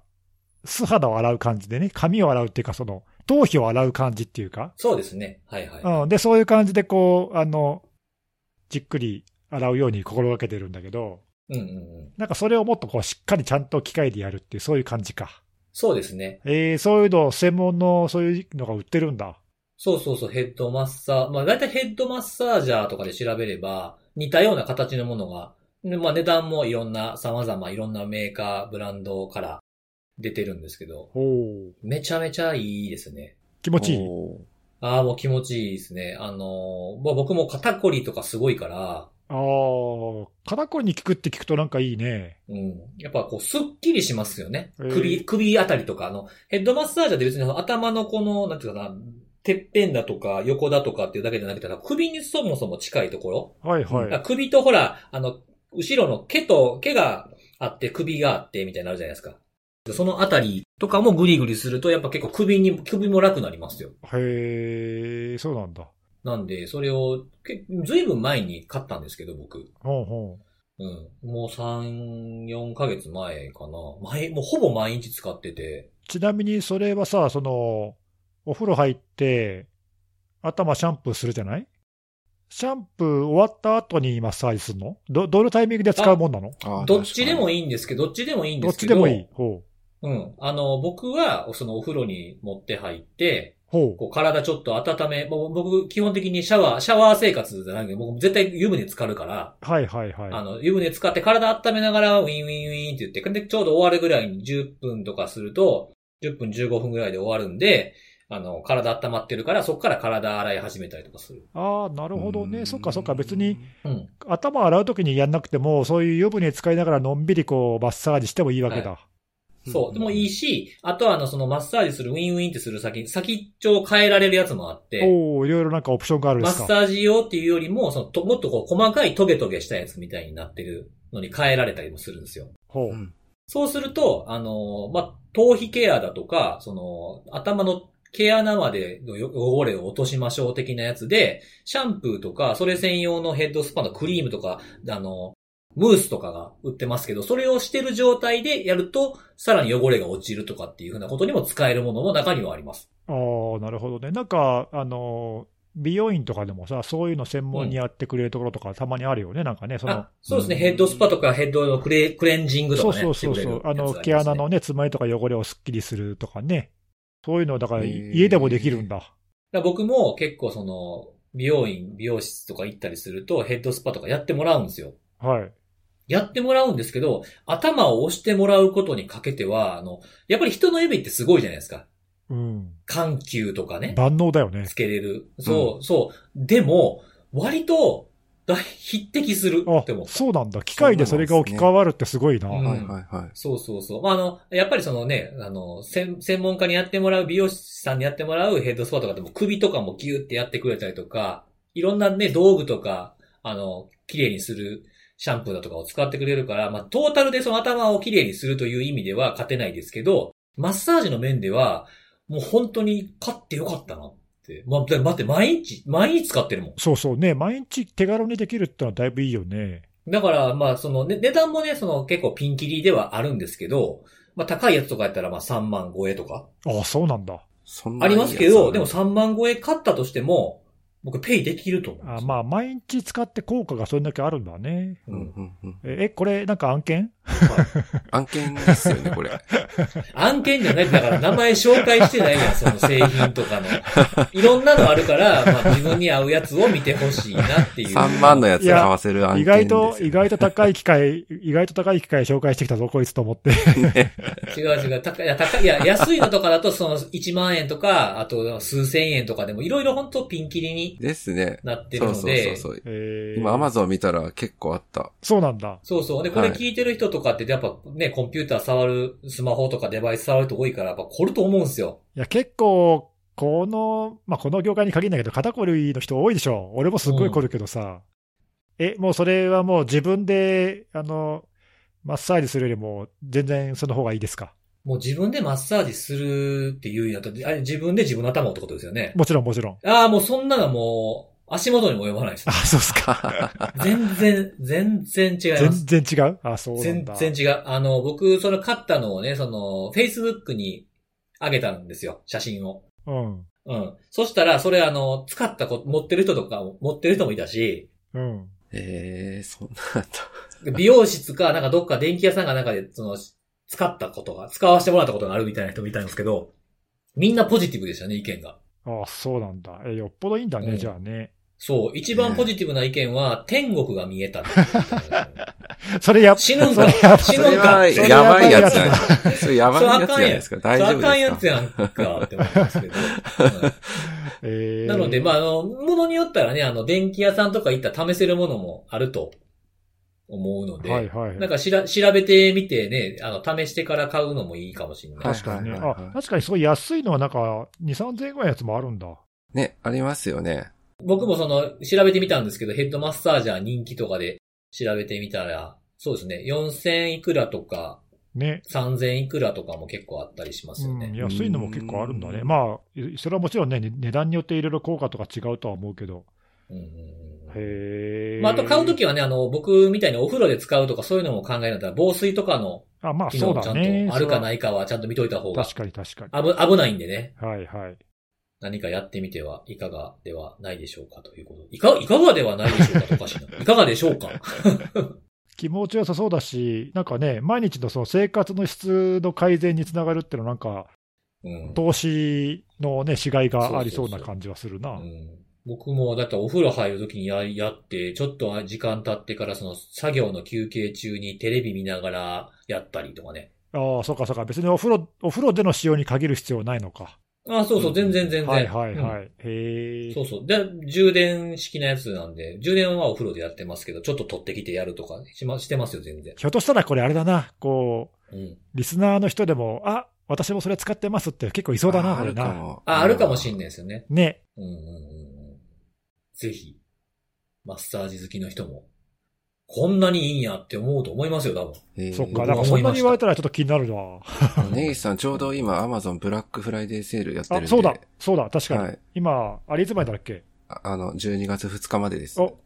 素肌を洗う感じでね、髪を洗うっていうか、その、頭皮を洗う感じっていうか、
そうですね。はい、はい。
うん、で、そういう感じで、こう、あの、じっくり洗うように心がけてるんだけど、
うん、うん、うん。
なんかそれをもっとこう、しっかりちゃんと機械でやるっていう、そういう感じか。
そうですね。
えー、そういうの、専門の、そういうのが売ってるんだ。
そうそうそう、ヘッドマッサー、まあ大体ヘッドマッサージャーとかで調べれば、似たような形のものが、でまあ値段もいろんな、様々いろんなメーカー、ブランドから出てるんですけど、
おお。
めちゃめちゃいいですね。
気持ちいい。
おー
ああ、もう気持ちいいですね。あのーまあ僕も肩こりとかすごいから、
ああ、肩こりに効くって聞くとなんかいいね。
うん。やっぱこう、スッキリしますよね。
へー
首、首あたりとか、あの、ヘッドマッサージャーって別に頭のこの、なんていうかな、てっぺんだとか横だとかっていうだけじゃなくて、首にそもそも近いところ
はいはい。
あ首とほら、あの、後ろの毛と、毛があって、首があって、みたいになるじゃないですか。そのあたりとかもグリグリすると、やっぱ結構首に、首も楽になりますよ。
へえ、そうなんだ。
なんで、それを、けずいぶん前に買ったんですけど、僕。
ほうほう。
うん。もう3、4ヶ月前かな。前、もうほぼ毎日使ってて。
ちなみにそれはさ、その、お風呂入って、頭シャンプーするじゃないシャンプー終わった後にマッサージするのど、どのタイミングで使うもんなの
あー
どっちでも
い。
いいんですけど、どっちでもいいん
ど
で
っ
すけ
ち
ど。
でもいい。ほう。
うん。あの、僕は、そのお風呂に持って入って、
ほう。
こう体ちょっと温め、もう僕基本的にシャワー、シャワー生活じゃないけど、僕絶対湯船浸かるから、
はいはいはい。
あの、湯船浸かって体温めながらウィンウィンウィンって言って、で、ちょうど終わるぐらいに10分とかすると、10分15分ぐらいで終わるんで、あの、体温まってるから、そっから体洗い始めたりとかする。
ああ、なるほど
う
ね。
ん
そっかそっか。別に、
うん。
頭洗うときにやんなくても、そういう湯船使いながらのんびりこう、マッサージしてもいいわけだ。
そう。でもいいし、あとはあの、そのマッサージするウィンウィンってする先、先っちょを変えられるやつもあって、
おおいろいろなんかオプションがあるん
マ
ですか
ッ。サージ用っていうよりも、そのと、もっとこう、細かいトゲトゲしたやつみたいになってるのに変えられたりもするんですよ。
ほ
う。
うん
そうすると、あの、まあ、頭皮ケアだとか、その、頭の毛穴までのよ汚れを落としましょう的なやつで、シャンプーとか、それ専用のヘッドスパのクリームとか、あの、ムースとかが売ってますけど、それをしてる状態でやると、さらに汚れが落ちるとかっていうふうなことにも使えるものも中にはあります。
ああ、なるほどね。なんか、あの、美容院とかでもさ、そういうの専門にやってくれるところとか、たまにあるよね。なんかね、その
あ、、そうですね、
うん
ヘッドスパとかヘッドのクレクレンジングと
そ
か
う
ね。
そうそう
して
そう、
くれ
あ
るやつ
の、
がり
毛
ますね
穴のね、詰まりとか汚れをすっきりするとかね。そういうの、だから、
へー
家でもできるんだ。
だから僕も結構その、美容院、美容室とか行ったりすると、ヘッドスパとかやってもらうんですよ。
はい。
やってもらうんですけど、頭を押してもらうことにかけては、あの、やっぱり人の指ってすごいじゃないですか。
うん。
緩急とかね、
万能だよね
つ。けれる。そう、そう。でも、割と、だ匹敵する
あ
って思、った。
そうなんだ。機械でそれが置き換わるってすごいな。
うん
はいはいはい。
そうそうそう。まあ、あの、やっぱりそのね、あの、専専門家にやってもらう、美容師さんにやってもらうヘッドスパとかでも首とかもギューってやってくれたりとか、いろんなね、道具とか、あの、綺麗にするシャンプーだとかを使ってくれるから、まあ、トータルでその頭を綺麗にするという意味では勝てないですけど、マッサージの面では、もう本当に買ってよかったなって。まあ、だ待って、毎日、毎日使ってるもん。
そうそうね、毎日手軽にできるってのはだいぶいいよね。
だから、まあ、その、ね、値段もね、その結構ピンキリではあるんですけど、まあ、高いやつとかやったら、まあ、3万超えとか。
ああ、そうなんだ。
そん
あ
い
り
いや
ま
つ
すけど、でも
そ
3万超え買ったとしても、僕、ペイできると思うんで
あ
すよ。
まあ、毎日使って効果がそれだけあるんだね。
う
うんん
うんうん。
え、えこれ、なんか案件
案件ですよね、こ れ。
案件じゃないだ から名前紹介してないやん、その製品とかの。いろんなのあるから、まあ、自分に合うやつを見てほしいなっていう。
3万のやつ買わせる案
意外
件ですよ
と、意外と高い機械、 意外と高い機械紹介してきたぞ、こいつと思 って。
違う違う。高い、いや、高い、いや、安いのとかだと、その1万円とか、あと数千円とかでも、いろいろ本当ピンキリに
ですね。
なってる
そ
の
うそうそう
で、
そう。
えー
今、アマゾン見たら結構あった。
そうなんだ。
そうそう。で、これ
はい
聞いてる人とかって、やっぱね、コンピューター触る、スマホとかデバイス触る人多いから、やっぱ凝ると思うんですよ。
いや、結構、この、まあ、この業界に限らないけど、肩こりの人多いでしょ。俺もすっごい凝るけどさ。え、もうそれはもう自分で、あの、マッサージするよりも、全然その方がいいですか。
もう自分でマッサージするっていうやつ、あれ自分で自分の頭をってことですよね。
もちろんもちろん。
ああ、もうそんなのもう、足元にも及ばない です
あ、。そうっすか。
全然、全然違います。
全然違うあ、そうなん
全
だ。
然違う。あの、僕、その買ったのをね、その、Facebook に上げたんですよ、写真を。
うん。
うん。そしたら、それあの、使ったこ、持ってる人とか、持ってる人もいたし、
うん。
えー、そんなんだ。
美容室か、なんかどっか電気屋さんかなんかで、その、使ったことが、使わせてもらったことがあるみたいな人もいたんですけど、みんなポジティブでしたね、意見が。
あ、そうなんだ。え、よっぽどいいんだね、
うん
じゃあね。
そう、一番ポジティブな意見は、天国が見えた っていう人だったね。
それや、
死ぬん
そ
か
れやば
死
そ
ぬん
れ
か
は
それ
やばいやつじゃない
やばい
ですか。それやばいやつじゃないですか。大丈
あかん
夫
や
で
つ
すか
やんかって思うんです けど。
え
う
ー
んなので、まあ、あの、ものによったらね、あの、電気屋さんとか行ったら試せるものもあると思うので、
はいはい。
なんかしら、調べてみてね、あの、試してから買うのもいいかもしれない。
はい
確かにね。
はいはい
あ、確かにそういう安いのはなんか、2、3000円ぐらいのやつもあるんだ。
ね、ありますよね。
僕もその、調べてみたんですけど、ヘッドマッサージャー人気とかで調べてみたら、そうですね、4000いくらとか、
ね。
3000いくらとかも結構あったりしますよ
うん、
ね。
安いのも結構あるんだね。
うん
まあ、いそれはもちろんね、ね値段によっていろいろ効果とか違うとは思うけど。
うんうんうん
へえ。
まあ、あと買うと
き
きはね、あの、僕みたいにお風呂で使うとかそういうのも考えながら、防水とかの
あ、まあ
機
そ
能
う
もち
だ
ゃ
ね
ん。とあるか
い
ないかはちゃんと見といた方が
確かに確かに。
危危ないんでね、
はいはい。
何かやってみてはいかがではないでしょうかということ。いか、いかがではないでしょうかとおかしいな。いかがでしょうか
気持ちよさそうだし、なんかね、毎日のその生活の質の改善につながるっていうのはなんか、
うん。
投資のね、しがいがありそうな感じはするな。
うん僕も、だってお風呂入るときにや、やって、ちょっと時間経ってからその作業の休憩中にテレビ見ながらやったりとかね。
ああ、そうかそうか。別にお風呂、お風呂での使用に限る必要はないのか。
あそうそう、全然全然。
はいはいは
うん
い。へえ。
そうそう。で、充電式なやつなんで、充電はお風呂でやってますけど、ちょっと取ってきてやるとかし,、ま、してますよ、全然。
ひょっとしたらこれあれだな、こ
う
う、
ん。
リスナーの人でも、あ私もそれ使ってますって結構いそうだな、
あ
こ
あ
れ
るか
な。
も。
あ、あるかもしん
ない。
ないですよね。
ね。
うんうんうんうん。ぜひ、マッサージ好きの人も、こんなにいいんやって思うと思いますよ、多分。
えー
そっ
僕
か、
も
なんかそんな
思いま
に
した
言われたらちょっと気になるな。
ネギさん、ちょうど今、アマゾンブラックフライデーセールやってるん
あ、
で。
そうだ、そうだ、確かに。
はい。
今、あれいつまでだっけ
ああの、12月2日までです。
お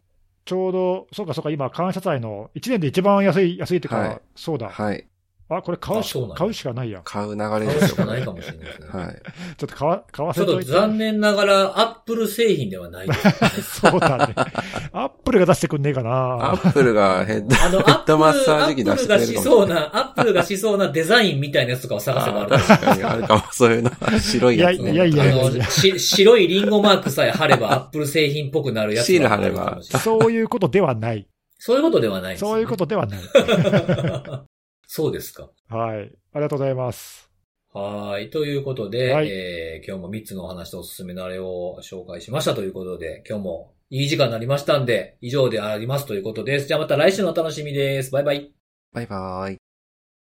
ちょうど、そうかそうか、今、感謝祭の1年で一番安い、安いっていうか、
はい
そうだ。
はい。
あ、これ買う
あ
し
そうなんだ
買うしかないや。ち
買う流れ
買
で
う
す
し
よ。
かないかもしれないですね。
はい。
ょっと買わ買わ
ちょ
せ
っ
と
と
いて。
残念ながら、アップル製品では ないです。
そうだね。 アップルが出してくんねえか
ア
な。
ップルがヘッド、
あの、
ヘ
アッ
ッ
プ
ド
ル、
マ
ア
ッサージ
ップ
機出
ル
して
が
くれ
し
るかも
そうな、アップルがしそうなデザインみたいなやつとかを 探せばあ
あ
る
ー確かにあるかも。そういうの。白いやつね。
いやいやい
あ
や
の、し、白いリンゴマークさえ貼れば、アップル製品っぽくなるやつ
シール
が
貼
あ
れ
る
ば
かもしれない。
そういうことではない。
そういうことでは ないですよね
そういうこ。とではない。
そうですか。
はい。ありがとうございます。
はーい。ということで、
はい
えー今日も3つのお話とおすすめのあれを紹介しましたということで、今日もいい時間になりましたんで、以上でありますということです。じゃあまた来週のお楽しみです。バイバイ。
バイバーイ。